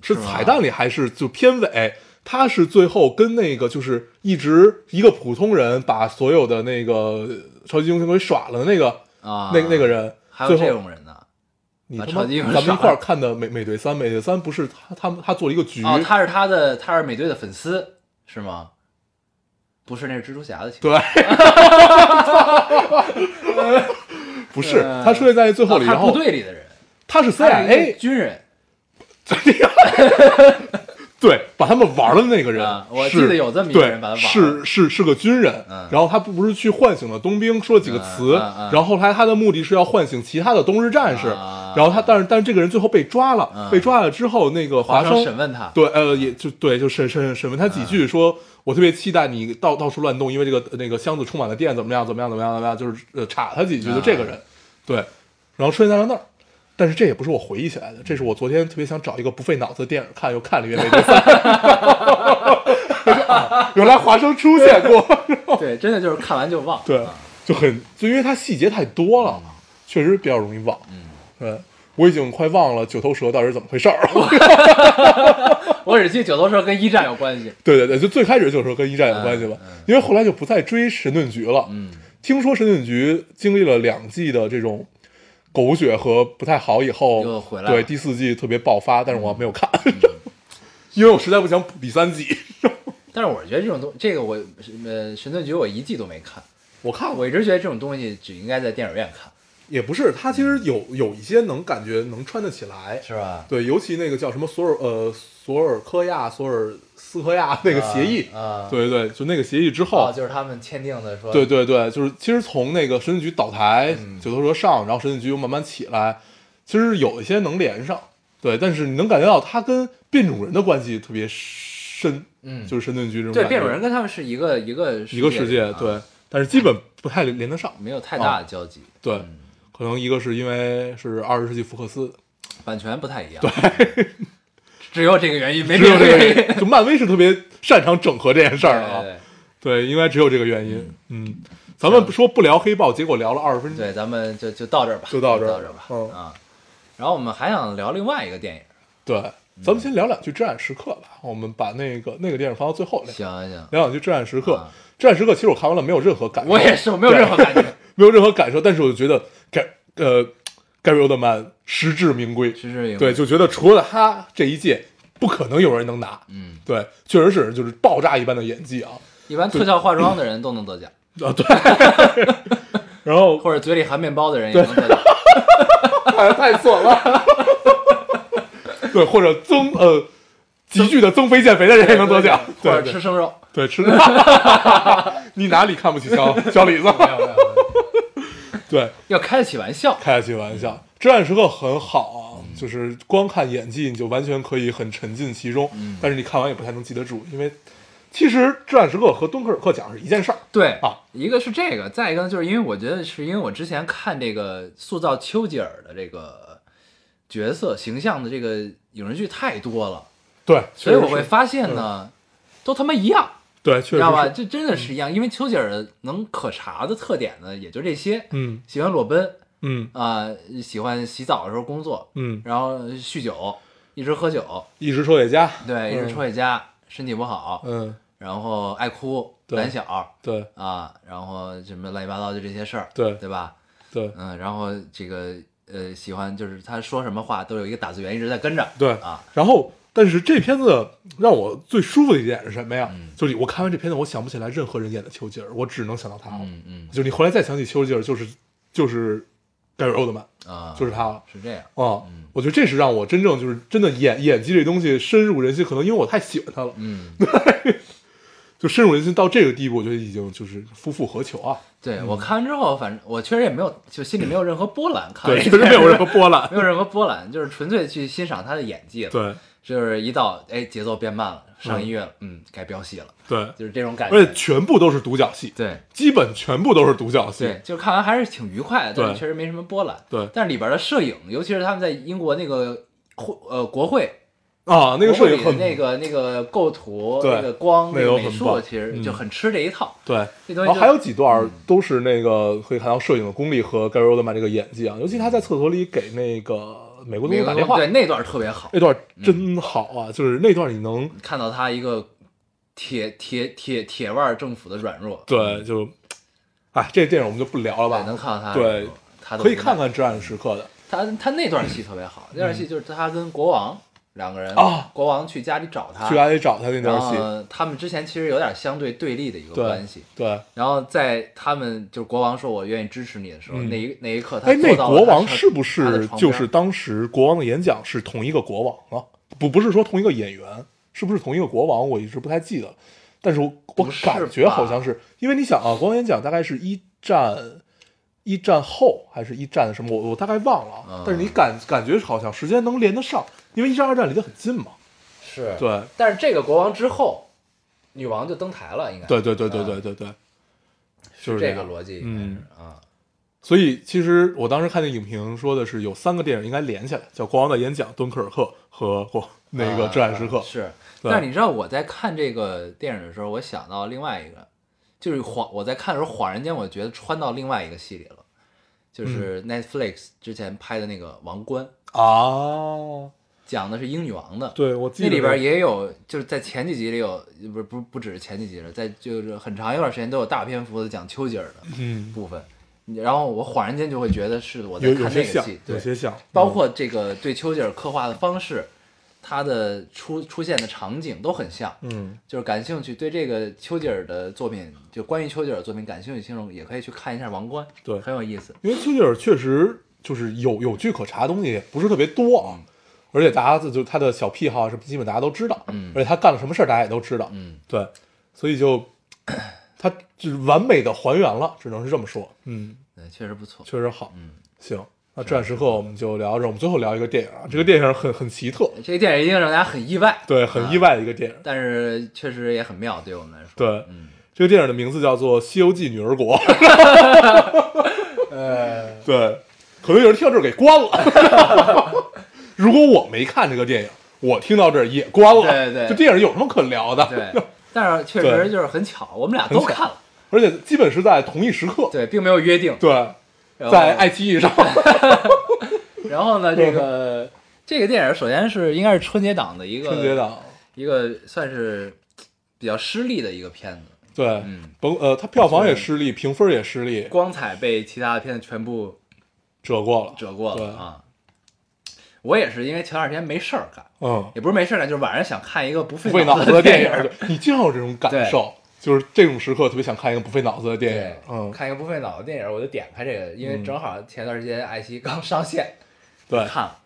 是吗彩蛋里还是就片尾？他是最后跟那个就是一直一个普通人把所有的那个超级英雄给耍了的那个啊那那个人，还有最这后种人呢？你把他妈超级英雄咱们耍一块儿看的美美队三，美队三不是他他们他做了一个局，哦，他是他的，他是美队的粉丝是吗？不是，那是蜘蛛侠的情况。 对，不是他出现在最后里，啊哦他然是部后队里的 人，他是他是一 CIA 个军人 对，把他们玩的那个人啊是，我记得有这么一个人把他对玩了是是是个军人嗯，然后他不不是去唤醒了冬兵，说了几个词嗯嗯嗯，然后他他的目的是要唤醒其他的冬日战士啊，然后他但是但是这个人最后被抓了嗯，被抓了之后，那个华生生审问他。对，呃，也就对，就审审审问他几句，说我特别期待你到到处乱动，因为这个那个箱子充满了电，怎么样，怎么样，怎么样，怎么样，就是呃插他几句，就这个人，对，然后出现在了那儿。但是这也不是我回忆起来的，这是我昨天特别想找一个不费脑子的电影看，又看了一遍《美队三》 啊，原来华生出现过，对，真的就是看完就忘。对，就很就因为它细节太多了，确实比较容易忘。嗯，对，我已经快忘了九头蛇到底是怎么回事儿了。我只记得九头蛇跟一战有关系。对对对，就最开始就是说跟一战有关系吧，因为后来就不再追神盾局了。嗯，听说神盾局经历了两季的这种狗血和不太好以后，又回来了对第四季特别爆发，但是我没有看， 因为我实在不想补第三季。但是我觉得这种东，这个我呃神盾局我一季都没看，我看过，我一直觉得这种东西只应该在电影院看。也不是，它其实有有一些能感觉能穿得起来，是吧？对，尤其那个叫什么索尔呃索尔科亚索尔斯科亚那个协议，啊，啊，对对，就那个协议之后，哦，就是他们签订的说，对对对，就是其实从那个审计局倒台嗯，九头蛇上，然后审计局又慢慢起来，其实有一些能连上，对，但是你能感觉到他跟变种人的关系特别深，嗯，就是深圳局这种对感觉变种人跟他们是一个一个一个世界，啊，对，哦但是基本不太连得上，没有太大的交集，对，可能一个是因为是二十世纪福克斯，版权不太一样，对， 只有这个原因，没只有别的这原因个，就漫威是特别擅长整 合这件事儿啊，对对，应该只有这个原因，嗯，咱们说不聊黑豹，结果聊了二十分对钟，对，咱们就就到这儿吧，就到这这儿儿吧，嗯啊，然后我们还想聊另外一个电影，对，嗯咱们先聊两句《至暗时刻》吧，我们把那个那个电影放到最后聊。行啊行，聊两句《至暗时刻》啊至暗时刻》其实我看完了没有任何感受，我也是，我没有任何感觉，没有任何感受，但是我就觉得盖呃盖瑞奥特曼实至名归，实至名归对，就觉得除了他这一届，不可能有人能拿，嗯，对，确实是就是爆炸一般的演技啊一般特效化妆的人都能得奖，啊 对，然后或者嘴里含面包的人也能得奖，太损了，对，或者增呃急剧的增肥减肥的人 也能得奖，或对者对吃生肉，对吃， 你哪里看不起 小小李子？没有没有没有，对，要开得起玩笑，开得起玩笑，《至暗时刻》很好啊，就是光看演技你就完全可以很沉浸其中，嗯但是你看完也不太能记得住，因为其实《至暗时刻》和《敦刻尔克》讲的是一件事儿。对啊一个是这个，再一个呢，就是因为我觉得是因为我之前看这个塑造丘吉尔的这个角色形象的这个影视剧太多了，对，所以确实我会是嗯发现呢，都他妈一样，对，确知实道吧？是，嗯这真的是一样，因为丘吉尔能可查的特点呢，也就这些，嗯喜欢裸奔嗯啊、喜欢洗澡的时候工作，嗯，然后酗酒，一直喝酒，一直说也家，对，一直嗯抽雪茄，身体不好，嗯，然后爱哭，对胆小。对啊，然后什么乱七八糟就这些事儿，对对吧？对嗯，然后这个呃，喜欢就是他说什么话都有一个打字员一直在跟着，对啊，然后。但是这片子让我最舒服的一点是什么呀？嗯就是我看完这片子，我想不起来任何人演的丘吉尔，我只能想到他了。嗯嗯就是你后来再想起丘吉尔，就是就是盖瑞·奥特曼，啊，嗯就是他了。是这样，啊，我觉得这是让我真正就是真的演演技这东西深入人心，可能因为我太喜欢他了，嗯，就深入人心到这个地步，我觉得已经就是夫复何求 啊！对我看完之后，反正我确实也没有，就心里没有任何波澜，看对，完确实没有任何波澜 没。有任何波澜，就是纯粹去欣赏他的演技了，，对就是一到哎节奏变慢了，上嗯音乐了，嗯，该飙戏了，对，就是这种感而且觉，全部都是独角戏，对。基本全部都是独角戏对，。就是看完还是挺愉快的，但是对确实没什么波澜。对但是里边的摄影，尤其是他们在英国那个会呃国会啊，那个摄影国会很里的那个那个构图、对那个光、那那个都美很术，棒其实嗯就很吃这一套。对。这东然西就后还有几段嗯都是那个可以看到摄影的功力和盖瑞·奥特曼这个演技啊，尤其他在厕所里给那个美国总美国统打电话对嗯那段特别好那，段真好啊，就是那段你能看到他一个铁铁铁铁腕政府的软弱，对，就，嗯哎，这电影我们就不聊对，了吧，能看到他对，他的可以无奈看看《至暗时刻》的，他他那段戏特别好，那段戏就是他跟国王两个人啊国王去家里找他，去阿里找他那然段戏，后他们之前其实有点相对对立的一个关对系。对，然后在他们就是国王说我愿意支持你的时候，嗯那一那一刻他哎，那坐到了国他王车是不他的是床就边是当时国王的演讲是同一个国王啊？不，不是说同一个演员，是不是同一个国王？我一直不太记得，但是我我不是感觉好吧像是，因为你想啊，国王演讲大概是一战。一战后还是一战什么？我我大概忘了啊，但是你感感觉好像时间能连得上，因为一战二战离得很近嘛。是，对，但是这个国王之后，女王就登台了，应该对对对对啊对对对，就是这这个样嗯逻辑，应该是啊，所以其实我当时看那影评说的是有三个电影应该连起来，叫《国王的演讲》《敦刻尔克》和或那个《至暗时刻啊》是。对但是你知道我在看这个电影的时候，我想到另外一个，就是恍我在看的时候，恍然间我觉得穿到另外一个戏里了，嗯就是 Netflix 之前拍的那个《王冠》，啊，讲的是英女王的，对我记那里得这边个也有，就是在前几集里有，不是不不只是前几集了，在就是很长一段时间都有大篇幅的讲丘吉尔的嗯部分，然后我恍然间就会觉得是我在嗯有看有那些个像戏，，有对，些像，包括这个对丘吉尔刻画的方式，它的出出现的场景都很像，嗯就是感兴趣对这个丘吉尔的作品，就关于丘吉尔的作品感兴趣的听众也可以去看一下《王冠》，对很有意思。因为丘吉尔确实就是有有据可查的东西也不是特别多啊，而且大家就就他的小癖好啊什么，基本大家都知道，嗯而且他干了什么事儿大家也都知道，嗯，对，所以就 他就是完美的还原了，只能是这么说，嗯，对，确实不错。确实好，嗯，行，那至暗时刻我们就聊到这儿，我们最后聊一个电影啊，嗯这个电影很很奇特，这个电影一定让大家很意外，对，很意外的一个电影，但是确实也很妙，对我们来说。对，嗯，这个电影的名字叫做《西游记女儿 国》，哎对，可能有人听到这儿给关了。 如果我没看这个电影，我听到这儿也关了。对对这电影有什么可聊的？ 对，但是确对实就是很巧，我们俩都很巧看了，而且基本是在同一时刻。对，并没有约定。对，然后 在爱奇 艺上。然后呢，这个这个电影首先是应该是春节档的一个春节档，一个算是比较失利的一个片子，对，嗯甭呃，它票房也失利，评分也失利，光彩被其他的片子全部折过了。折过对了啊。我也是因为前段时间没事儿干，嗯，也不是没事儿干，就是晚上想看一个不不费费脑脑子的的电影。影，对你经常有这种感受，就是这种时刻特别想看一个不费脑子的电对影。，嗯，看一个不费脑的电影，我就点开这个，因为嗯正好前段时间爱奇艺刚上线， 对，看了，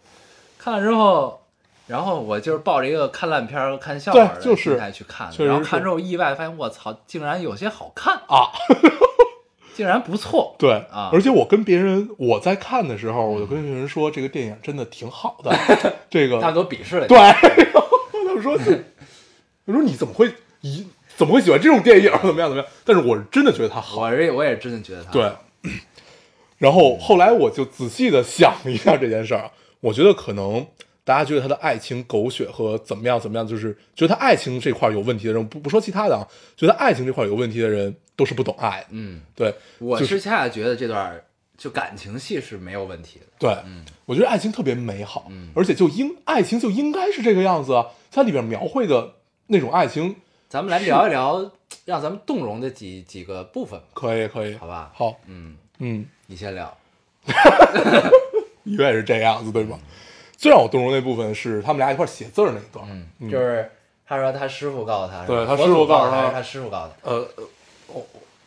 看了之后，然后我就是抱着一个看烂片儿、看笑话对儿的就是心态去看的，确实然后是看之后意外发现，我操，竟然有些好看，啊，竟然不错，对啊而且我跟别人我在看的时候，我就跟别人说这个电影真的挺好 的，这个他们都鄙视了你。对，然后他们说这，我说你怎么会一怎么会喜欢这种电影？怎么样怎么样？但是我真的觉得它好，我是我也真的觉得他对。 然后后来我就仔细的想了一下这件事儿，我觉得可能大家觉得他的爱情狗血和怎么样怎么样，就是觉得他爱情这块儿有问题的人，不不说其他的啊，觉得爱情这块儿有问题的人都是不懂爱的，嗯，对，我就是是恰恰觉得这段儿就感情戏是没有问题的，对，我觉得爱情特别美好，而且就应爱情就应该是这个样子啊。它里边描绘的那种爱情，咱们来聊一聊让咱们动容的几几个部分吧，可以可以，好吧？好，嗯，嗯，你先聊，永远是这样子，对吗？最让我动容那部分是他们俩一块儿写字儿那一段，嗯就是他说他师傅告诉他，是吧对他佛师祖傅告告诉他他，他师傅告诉他，呃，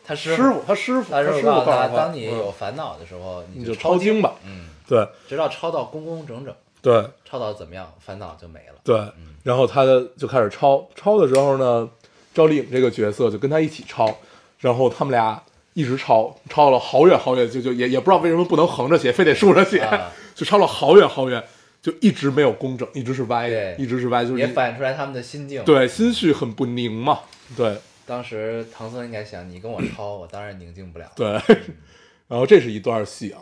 他师师傅，他师傅，他师师傅傅告告诉诉他，他，当你有嗯烦恼的时候，你你就抄抄经，经吧，嗯，对直到抄到工工整整，对抄到怎么样，烦恼就没了。对。然后他的就开始抄，抄的时候呢，赵丽颖这个角色就跟他一起抄，然后他们俩一直抄，抄了好远好远，就就也也不知道为什么不能横着写，非得竖着写，啊就抄了好远好远，就一直没有工整，一直是歪的，对一直是歪，就是也一反映出来他们的心境。，对心绪很不宁嘛，对当时唐僧应该想，你跟我抄，我当然宁静不了。对。然后这是一段戏啊，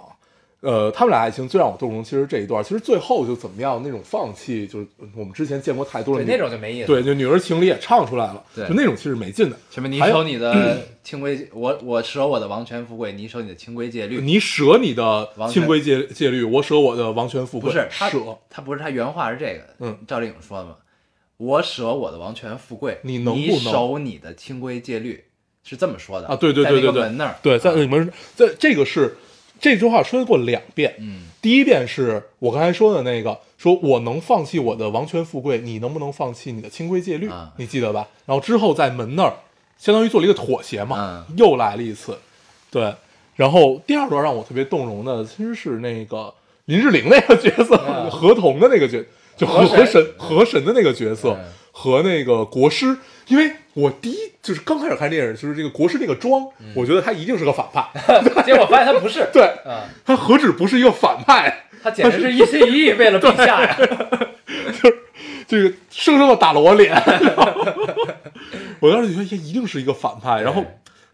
呃，他们俩爱情最让我动容，其实这一段，其实最后就怎么样那种放弃，就是我们之前见过太多对，了，那种就没意思。对，就女儿情里也唱出来了，对就那种其实没劲的。什么你还有守你 的清规，我我守我的王权富贵，你守你的清规戒律。你舍你的王权清规戒戒律，我舍我的王权富贵。不是他舍，，他不是他原话是这个，嗯，赵丽颖说的嘛，我舍我的王权富贵，你你能不能守你的清规戒律，是这么说的啊，对对在对对那个对，门那儿，啊对，在你们在这个是这句话说过两遍，嗯，第一遍是我刚才说的那个，说我能放弃我的王权富贵，你能不能放弃你的清规戒律啊？你记得吧？然后之后在门那儿，相当于做了一个妥协嘛，嗯又来了一次，对。然后第二段让我特别动容的，其实是那个林志玲那个角色，合同的那个角，就和和神和神的那个角色嗯和那个国师，因为我第一就是刚开始看电影，就是这个国师那个妆，我觉得他一定是个反派，结果发现他不 是，对啊，他何止不是一个反派，他简直是一心一意为了陛下呀， 这个生生的打了我脸。 我当时就觉得哎一定是一个反派。然后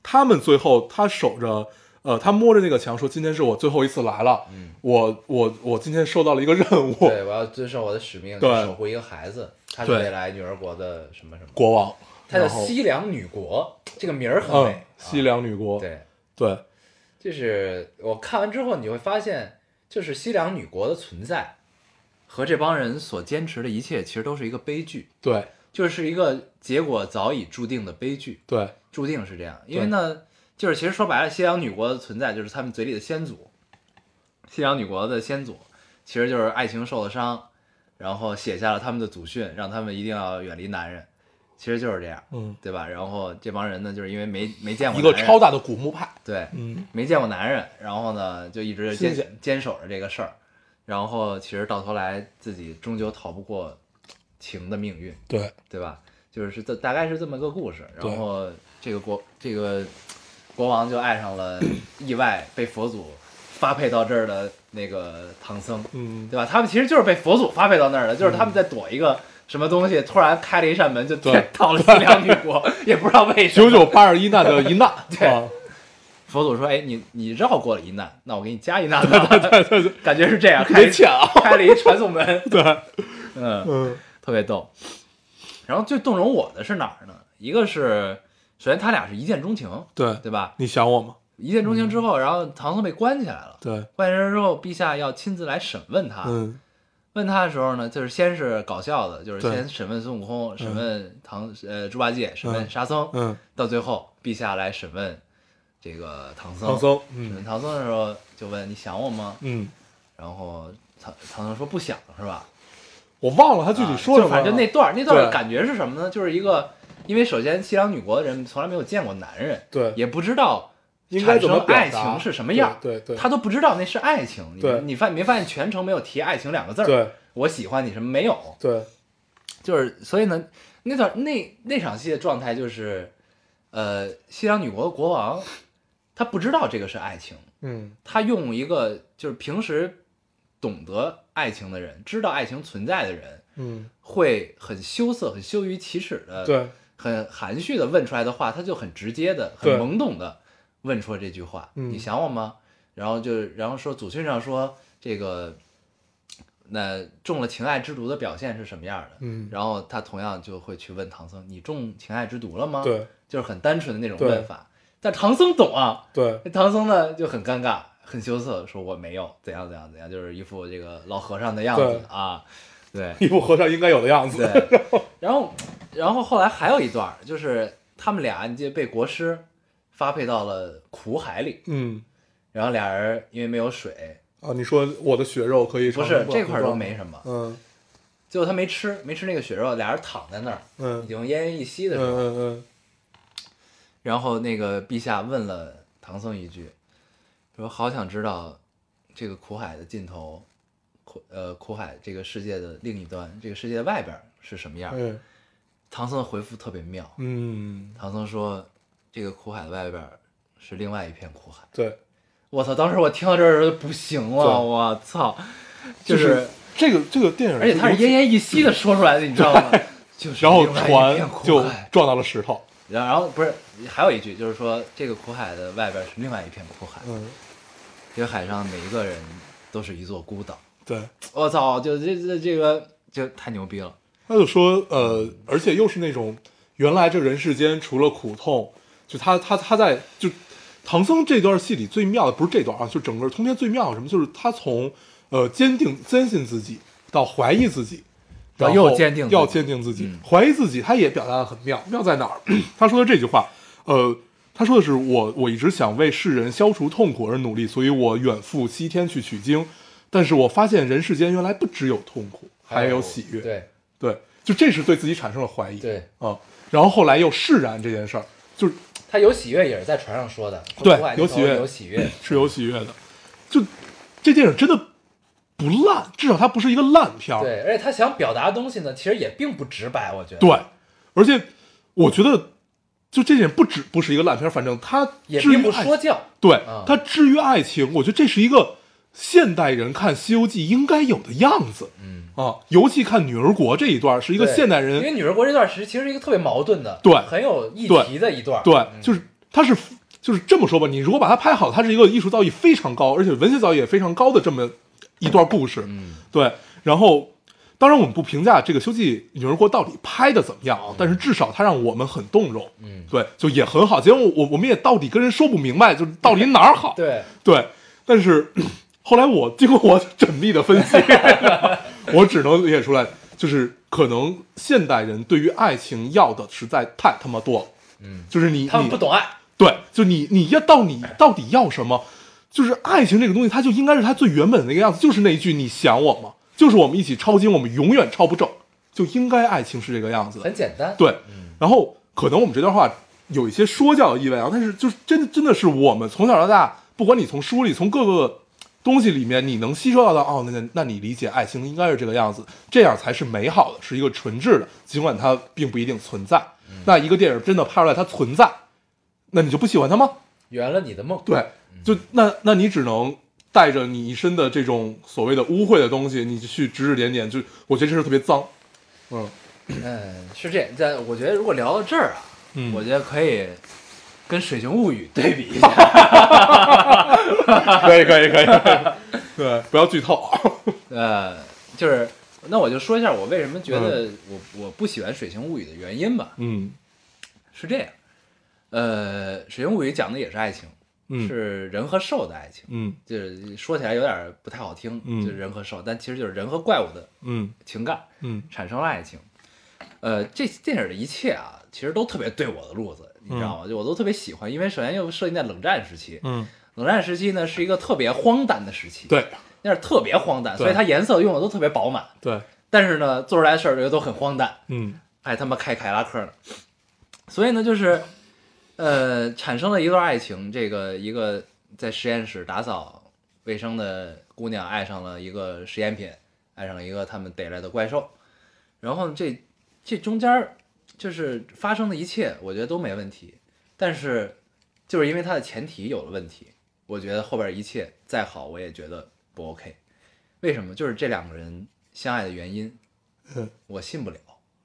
他们最后他守着，呃，他摸着那个墙说：“今天是我最后一次来了，我我我今天收到了一个任务，嗯对，我要遵守我的使命，去对守护一个孩子，她是对未来女儿国的什么什么，国王。”她叫然后西凉女国，这个名儿很嗯美，，西凉女国，对，对就是我看完之后，你会发现，就是西凉女国的存在和这帮人所坚持的一切，其实都是一个悲剧，对就是一个结果早已注定的悲剧，对注定是这样。因为呢，就是其实说白了，西凉女国的存在就是他们嘴里的先祖，西凉女国的先祖其实就是爱情受了伤，然后写下了他们的祖训，让他们一定要远离男人，其实就是这样，嗯，对吧？然后这帮人呢，就是因为没没见过一个男人超大的古墓派，对，嗯，没见过男人，然后呢就一直新鲜坚坚守着这个事儿，然后其实到头来自己终究逃不过情的命运，对，对吧？就是这大概是这么个故事，对然后这个国这个国王就爱上了意外被佛祖发配到这儿的那个唐僧，嗯，对吧？他们其实就是被佛祖发配到那儿的，就是他们在躲一个什么东西，突然开了一扇门，就 对天到了西凉女国，也不知道为什九么。九八十一难的一难， 对啊佛祖说：“哎，你你绕过了一难，那我给你加一难吧。” 感觉是这样，开别了一抢， 开了一传送门，啊对，嗯，嗯特别逗。然后最动容我的是哪儿呢？一个是首先他俩是一见钟情，对，对吧？你想我吗？一见钟情之嗯后，然后唐僧被关起来了。对，关起来之后，陛下要亲自来审问他。嗯问他的时候呢，就是先是搞笑的，就是对先审问孙悟空，审问唐呃猪八戒，审问嗯沙僧，嗯，到最后陛下来审问这个唐僧。唐僧，审问嗯唐僧的时候就问你想我吗？嗯，然后唐唐僧说不想是吧？我忘了他具体啊说就了啥反了，正那段儿那段儿对感觉是什么呢？就是一个，因为首先西凉女国的人从来没有见过男人，对也不知道应该怎么产表生爱达情是什么样儿，对对对他都不知道那是爱情。你对你发没发现全程没有提爱情两个字儿？对我喜欢你什么没有？对就是所以呢，那段那那场戏的状态就是，呃，西凉女国的国王他不知道这个是爱情，嗯他用一个就是平时懂得爱情的人，知道爱情存在的人，嗯会很羞涩、很羞于启齿的，，对很含蓄的问出来的话，他就很直接的、很对懵懂的问出了这句话：“嗯你想我吗？”然后就然后说祖训上说这个，那中了情爱之毒的表现是什么样的？嗯然后他同样就会去问唐僧：“你中情爱之毒了吗？”，对就是很单纯的那种对问法。但唐僧懂啊，对 唐僧呢就很尴尬、很羞涩，说我没有，怎样怎样怎样，就是一副这个老和尚的样对子啊。对，一副和尚应该有的样子，对， 然后然后后来还有一段儿，就是他们俩你记得被国师发配到了苦海里，嗯然后俩人因为没有水，啊，你说我的血肉可以不长是生这块儿不都老没什么，嗯最后他没吃没吃那个血肉，俩人躺在那儿已嗯经奄奄一息的嗯时候，嗯嗯，然后那个陛下问了唐僧一句，说好想知道这个苦海的尽头，苦呃苦海这个世界的另一端，这个世界的外边儿是什么样儿？哎唐僧的回复特别妙，嗯唐僧说：“这个苦海的外边儿是另外一片苦海。对，”我操！当时我听到这儿就不行了，对我操！，就是这个这个电影，而且他是奄奄一息的说出来的，你知道吗？就是然后另外一船片苦就海撞到了石头，然后然后不是还有一句，就是说这个苦海的外边儿是另外一片苦海，嗯这个海上每一个人都是一座孤岛。对，我操！就这这这个就太牛逼了。他就说，呃，而且又是那种原来这人世间除了苦痛，就他他他在就唐僧这段戏里最妙的不是这段啊，就整个通篇最妙的什么，就是他从呃坚定坚信自己到怀疑自己，到然后啊又坚定自己嗯要坚定自己，怀疑自己，他也表达的很妙，妙在哪儿？ 他说的这句话，呃。他说的是我，我一直想为世人消除痛苦而努力，所以我远赴西天去取经。但是我发现人世间原来不只有痛苦，哎还有喜悦。对对，就这是对自己产生了怀疑。对，啊，然后后来又释然这件事儿，就是他有喜悦也是在船上说的，对说有喜悦有喜悦，是有喜悦的。就这电影真的不烂，至少它不是一个烂片儿。对，而且他想表达的东西呢，其实也并不直白，我觉得，对，而且我觉得就这点不止不是一个烂片儿，反正它也至于并不爱说教，对嗯它至于爱情，我觉得这是一个现代人看《西游记》应该有的样子。嗯啊，尤其看女儿国这一段儿，是一一个现代因为人女儿国这段时其实是一个特别矛盾的，对很有议对题的一段，对，就是它是就是这么说吧，你如果把它拍好，它是一个艺术造诣非常高，而且文学造诣也非常高的这么一段故事。嗯，对。然后，当然我们不评价这个《修记女儿国》到底拍的怎么样，啊，但是至少它让我们很动容。嗯，对，就也很好。结果我我们也到底跟人说不明白，就是到底哪儿好。对，对，但是后来我经过我缜密的分析， 我只能理解出来，就是可能现代人对于爱情要的实在太他妈多了。嗯，就是你他们你不懂爱，对，就你你要到你到底要什么？就是爱情这个东西，它就应该是它最原本的那个样子，就是那一句“你想我吗”，就是我们一起抄经，我们永远抄不正，就应该爱情是这个样子的。很简单，对，然后可能我们这段话有一些说教意味啊，但是就是真的真的是我们从小到大，不管你从书里从各个东西里面，你能吸收到的哦，那那那你理解爱情应该是这个样子，这样才是美好的，是一个纯质的，尽管它并不一定存在。那一个电影真的拍出来它存在，那你就不喜欢它吗？圆了你的梦。对，就那那你只能带着你一身的这种所谓的污秽的东西，你去指指点点，就我觉得这是特别脏。嗯嗯，是这样，但我觉得如果聊到这儿啊，嗯我觉得可以跟《水形物语》对比一下。 可以可以可以，对，不要剧透。 呃，就是那我就说一下我为什么觉得我、我不喜欢《水形物语》的原因吧。嗯是这样，呃，《水形物语》讲的也是爱情，嗯是人和兽的爱情，嗯就是说起来有点不太好听，嗯就是人和兽，但其实就是人和怪物的嗯情感嗯产生了爱情。呃，这电影的一切啊，其实都特别对我的路子，你知道吗？就我都特别喜欢，因为首先又设定在冷战时期，嗯，冷战时期呢是一个特别荒诞的时期，，对那是特别荒诞，对所以它颜色用的都特别饱满，对，但是呢做出来的事儿又都很荒诞，嗯还哎他妈开凯拉克呢，所以呢就是，呃，产生了一段爱情，这个一个在实验室打扫卫生的姑娘爱上了一个实验品，爱上了一个他们逮来的怪兽，然后这这中间儿就是发生的一切，我觉得都没问题，但是就是因为它的前提有了问题，我觉得后边一切再好，我也觉得不 OK。为什么？就是这两个人相爱的原因嗯，我信不了，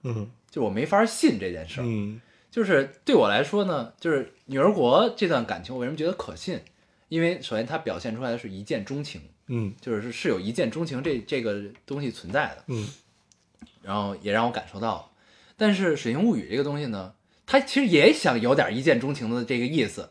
嗯就我没法信这件事儿。嗯就是对我来说呢，就是《女儿国》这段感情，我为什么觉得可信？因为首先它表现出来的是一见钟情，嗯就是是有一见钟情这这个东西存在的，嗯然后也让我感受到了。但是《水形物语》这个东西呢，它其实也想有点一见钟情的这个意思，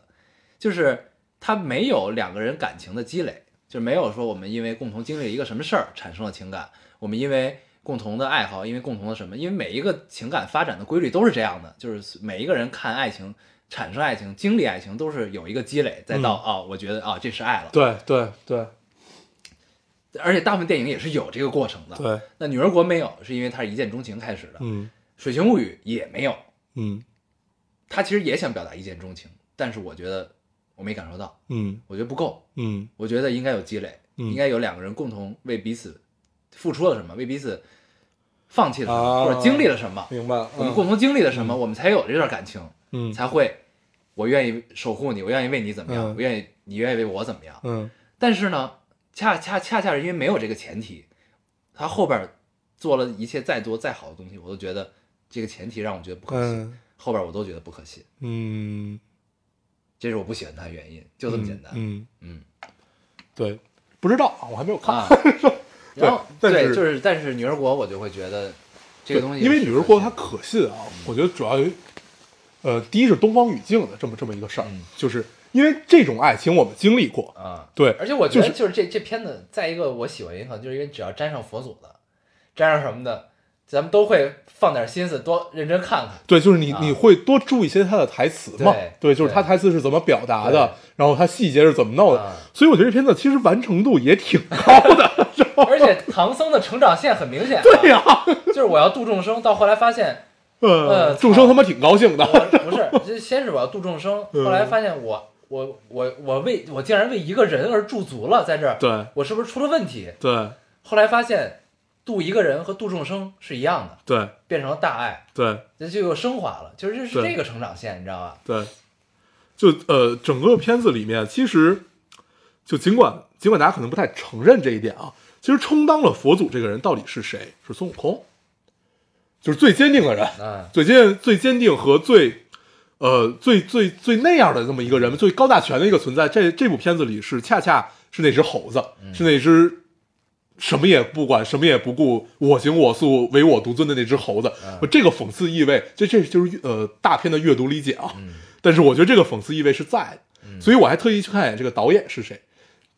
就是它没有两个人感情的积累，就没有说我们因为共同经历了一个什么事儿产生了情感，我们因为共同的爱好，因为共同的什么，因为每一个情感发展的规律都是这样的，就是每一个人看爱情、产生爱情、经历爱情都是有一个积累，再到啊、我觉得啊、这是爱了。对对对而且大部分电影也是有这个过程的。对，那《女儿国》没有，是因为它是一见钟情开始的，嗯水形物语》也没有，嗯他其实也想表达一见钟情，但是我觉得我没感受到，嗯我觉得不够，嗯我觉得应该有积累，嗯应该有两个人共同为彼此付出了什么，为彼此放弃了什么，啊或者经历了什么，明白了。我们共同经历了什么，我们才有这段感情，嗯才会我愿意守护你，我愿意为你怎么样，嗯我愿意你愿意为我怎么样。嗯但是呢，恰恰恰恰是因为没有这个前提，他后边做了一切再多再好的东西，我都觉得这个前提让我觉得不可信，嗯后边我都觉得不可信。嗯，这是我不喜欢他的原因， 就这么简单。嗯嗯对，不知道，我还没有 看。啊，然后但是对，就是但是女儿国，我就会觉得这个东西，因为女儿国它可信啊，我觉得主要有一，呃，第一是东方语境的这么这么一个事儿，嗯就是因为这种爱情我们经历过，啊，对，而且我觉得就就是这这片子，再一个我喜欢一个，就是因为只要沾上佛祖的，沾上什么的，咱们都会放点心思，多认真看 看。对，就是你、啊你会多注意一些他的台词嘛？对就是他对台词是怎么表达对的，然后他细节是怎么弄的。啊所以我觉得这片子其实完成度也挺高 的。是吧而且唐僧的成长线很明显、啊，对呀、就是我要度众生，到后来发现呃，呃众生他妈挺高兴的。 我不是，这先是我要度众生，嗯后来发现我我我我为我竟然为一个人而驻足了，在这儿，对我是不是出了问题？对后来发现度一个人和度众生是一样的，对变成了大爱，对这就又升华了，就是这是对这个成长线，你知道吧？对，就呃，整个片子里面，其实就尽管尽管大家可能不太承认这一点啊，其实充当了佛祖这个人到底是谁？是孙悟空，就是最坚定的人。嗯，最坚最坚定和最呃最最最那样的这么一个人，最高大全的一个存在。这这部片子里是恰恰是那只猴子，是那只什么也不管、什么也不顾、我行我素、唯我独尊的那只猴子。我这个讽刺意味，这这就是呃大片的阅读理解啊。嗯但是我觉得这个讽刺意味是在的，所以我还特意去看一眼这个导演是谁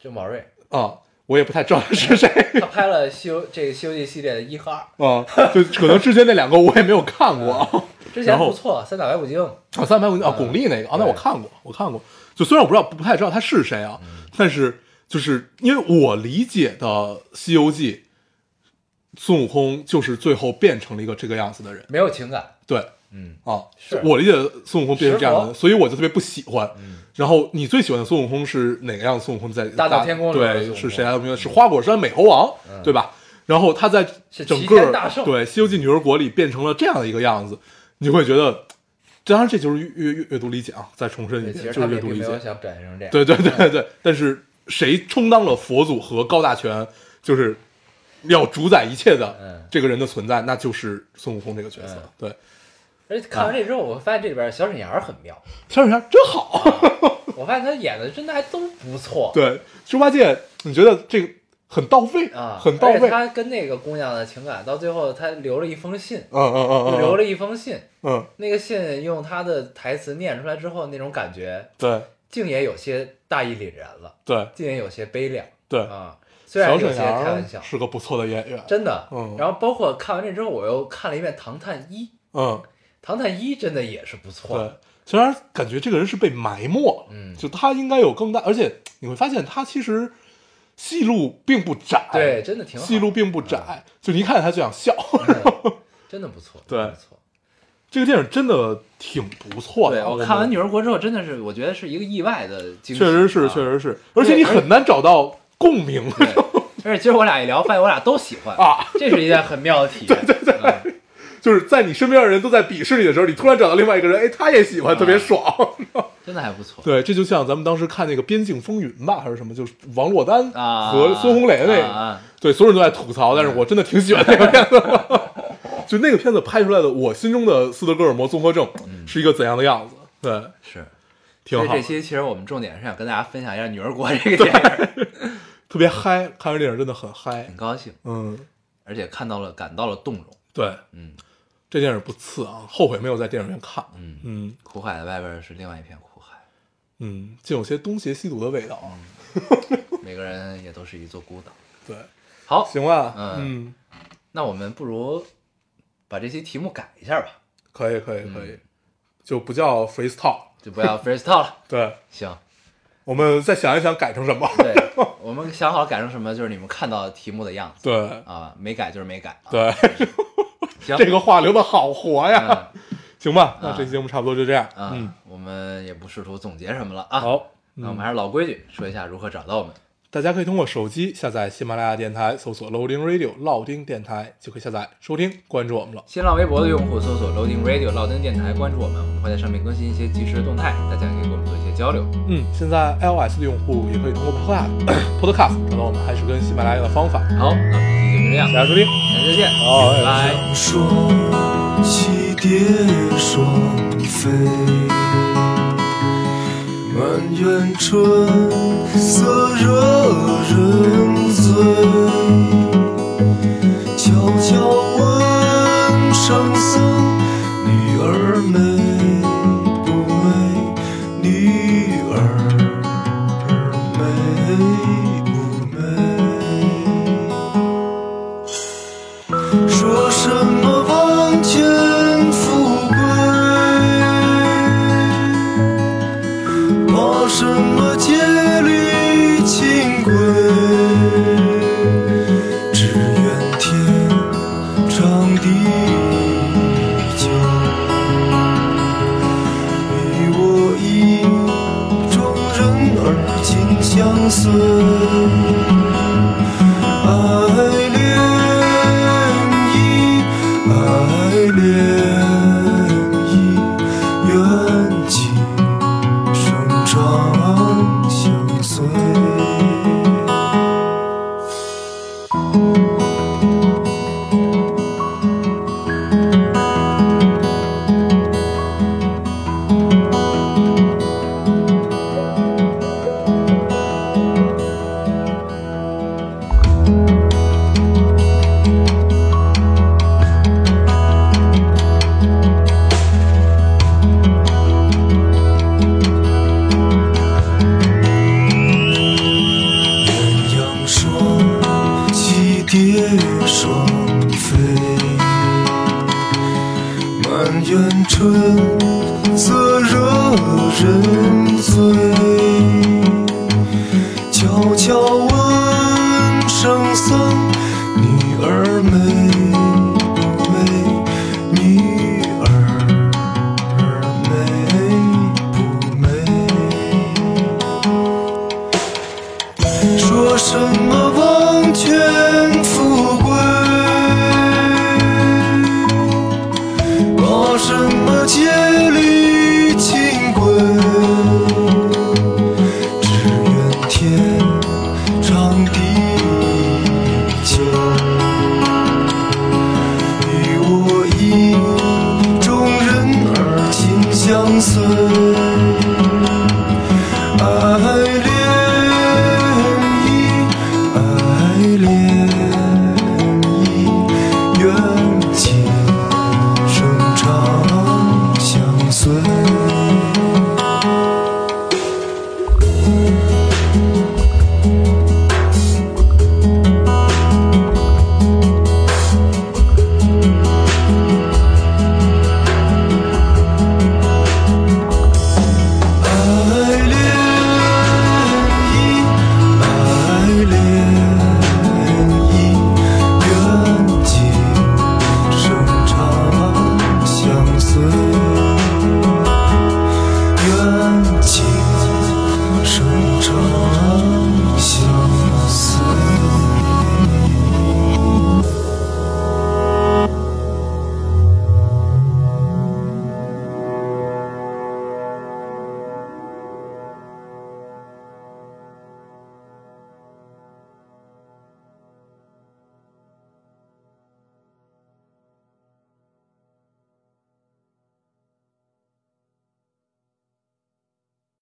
郑宝瑞啊。我也不太知道是谁他拍了《西游》 这个《西游记》系列的一和二，啊，就可能之前那两个我也没有看过啊。之前然后不错，《三打白骨精》啊，三百五啊，巩俐那个啊，那我对看过，我看过。就虽然我不知道不太知道他是谁啊，但是就是因为我理解的《西游记》孙悟空就是最后变成了一个这个样子的人。没有情感，对，嗯，啊，是我理解的孙悟空变成这样的石人，佛所以我就特别不喜欢。然后你最喜欢的孙悟空是哪个样的孙悟空在？大闹天宫里边的孙悟对，空嗯是谁来明？是花果山美猴王，对吧？然后他在是整齐天个大圣对《西游记》女儿国里变成了这样的一个样子，你会觉得，当然这就是阅阅阅读理解啊！再重申一对，其遍，实就他是们阅也读并理没解有。想展现成这样，对对对对，但是谁充当了佛祖和高大全，就是要主宰一切嗯的这个人的存在，那就是孙悟空这个角色嗯。对，而且看完这之后，我发现这里边小沈阳很妙，小沈阳真好。我发现他演的真的还都不错，对，猪八戒，你觉得这个很到位啊，很到而且位。嗯他跟那个姑娘的情感到最后，他留了一封信，嗯嗯嗯，留了一封信，嗯，那个信用他的台词念出来之后，那种感觉对竟也有些大义凛然了，对竟也有些悲凉对，啊。虽然小有沈些开玩笑阳，是个不错的演员。真的。嗯然后包括看完这之后，我又看了一遍《唐探一》，《嗯，唐探一》真的也是不错对的。，虽然感觉这个人是被埋没了，嗯就他应该有更大，而且你会发现他其实戏路并不窄，对，，真的挺好。戏路并不窄，就你一看见他就想笑。 嗯真的不错，对真的不错。这个电影真的挺不错的，我看完《女儿国》之后，真的是我觉得是一个意外的惊喜，确实是，啊确。实是，而且你很难找到共鸣。对，而且今儿我俩一聊，发现我俩都喜欢 啊，这是一件很妙的体验。嗯对对对，就是在你身边的人都在鄙视你的时候，你突然找到另外一个人，哎，他也喜欢，啊特别爽。真的还不错。 对，这就像咱们当时看那个《边境风云》吧，还是什么，就是王珞丹 啊，和孙红雷那个，啊啊对，所有人都在吐槽，但是我真的挺喜欢那个片子的。 就那个片子拍出来的，我心中的斯德哥尔摩综合症是一个怎样的样子？对，是。嗯挺所以好这的，期其实我们重点是想跟大家分享一下《女儿国》这个电影，特别嗨，看完电影真的很嗨很。高兴，嗯，而且看到了感到了动容。对，嗯，这电影不次啊，后悔没有在电影院看。嗯嗯苦海的外边是另外一片苦海，嗯，竟有些东邪西毒的味道啊。每个人也都是一座孤岛。对，好，行吧，嗯嗯，那我们不如把这期题目改一下吧，可以可以可以，就不叫 freeze talk。就 不要 freestyle 了。对，行，我们再想一想改成什么。对，我们想好改成什么，就是你们看到题目的样子 对啊，没改就是没改啊。对，行，这个话留的好活呀。嗯行吧，那啊这期节目差不多就这样。嗯啊，，我们也不试图总结什么了啊。好，嗯那我们还是老规矩，说一下如何找到我们。大家可以通过手机下载喜马拉雅电台，搜索 Loading Radio 老丁电台就可以下载收听，关注我们了。新浪微博的用户搜索 Loading Radio 老登电台，关注我们，我们会在上面更新一些即时动态，大家可以跟我们做一些交流。嗯，现在 iOS 的用户也可以通过 Podcast Podcast 找到我们，还是跟喜马拉雅的方法。好，那我们这期就这样，大下家收听。期再见，好拜拜。霜，西蝶双飞，满园春色惹人醉。悄悄问上僧，女儿美不美？女儿美不美？说什么望见富贵，怕什么戒律清规，只愿天长地久，你我意中人儿紧相随。爱恋意，爱恋意，愿今生长相随。鸳鸯双栖蝶双飞，满园春色惹人醉。悄悄问圣僧，女儿们。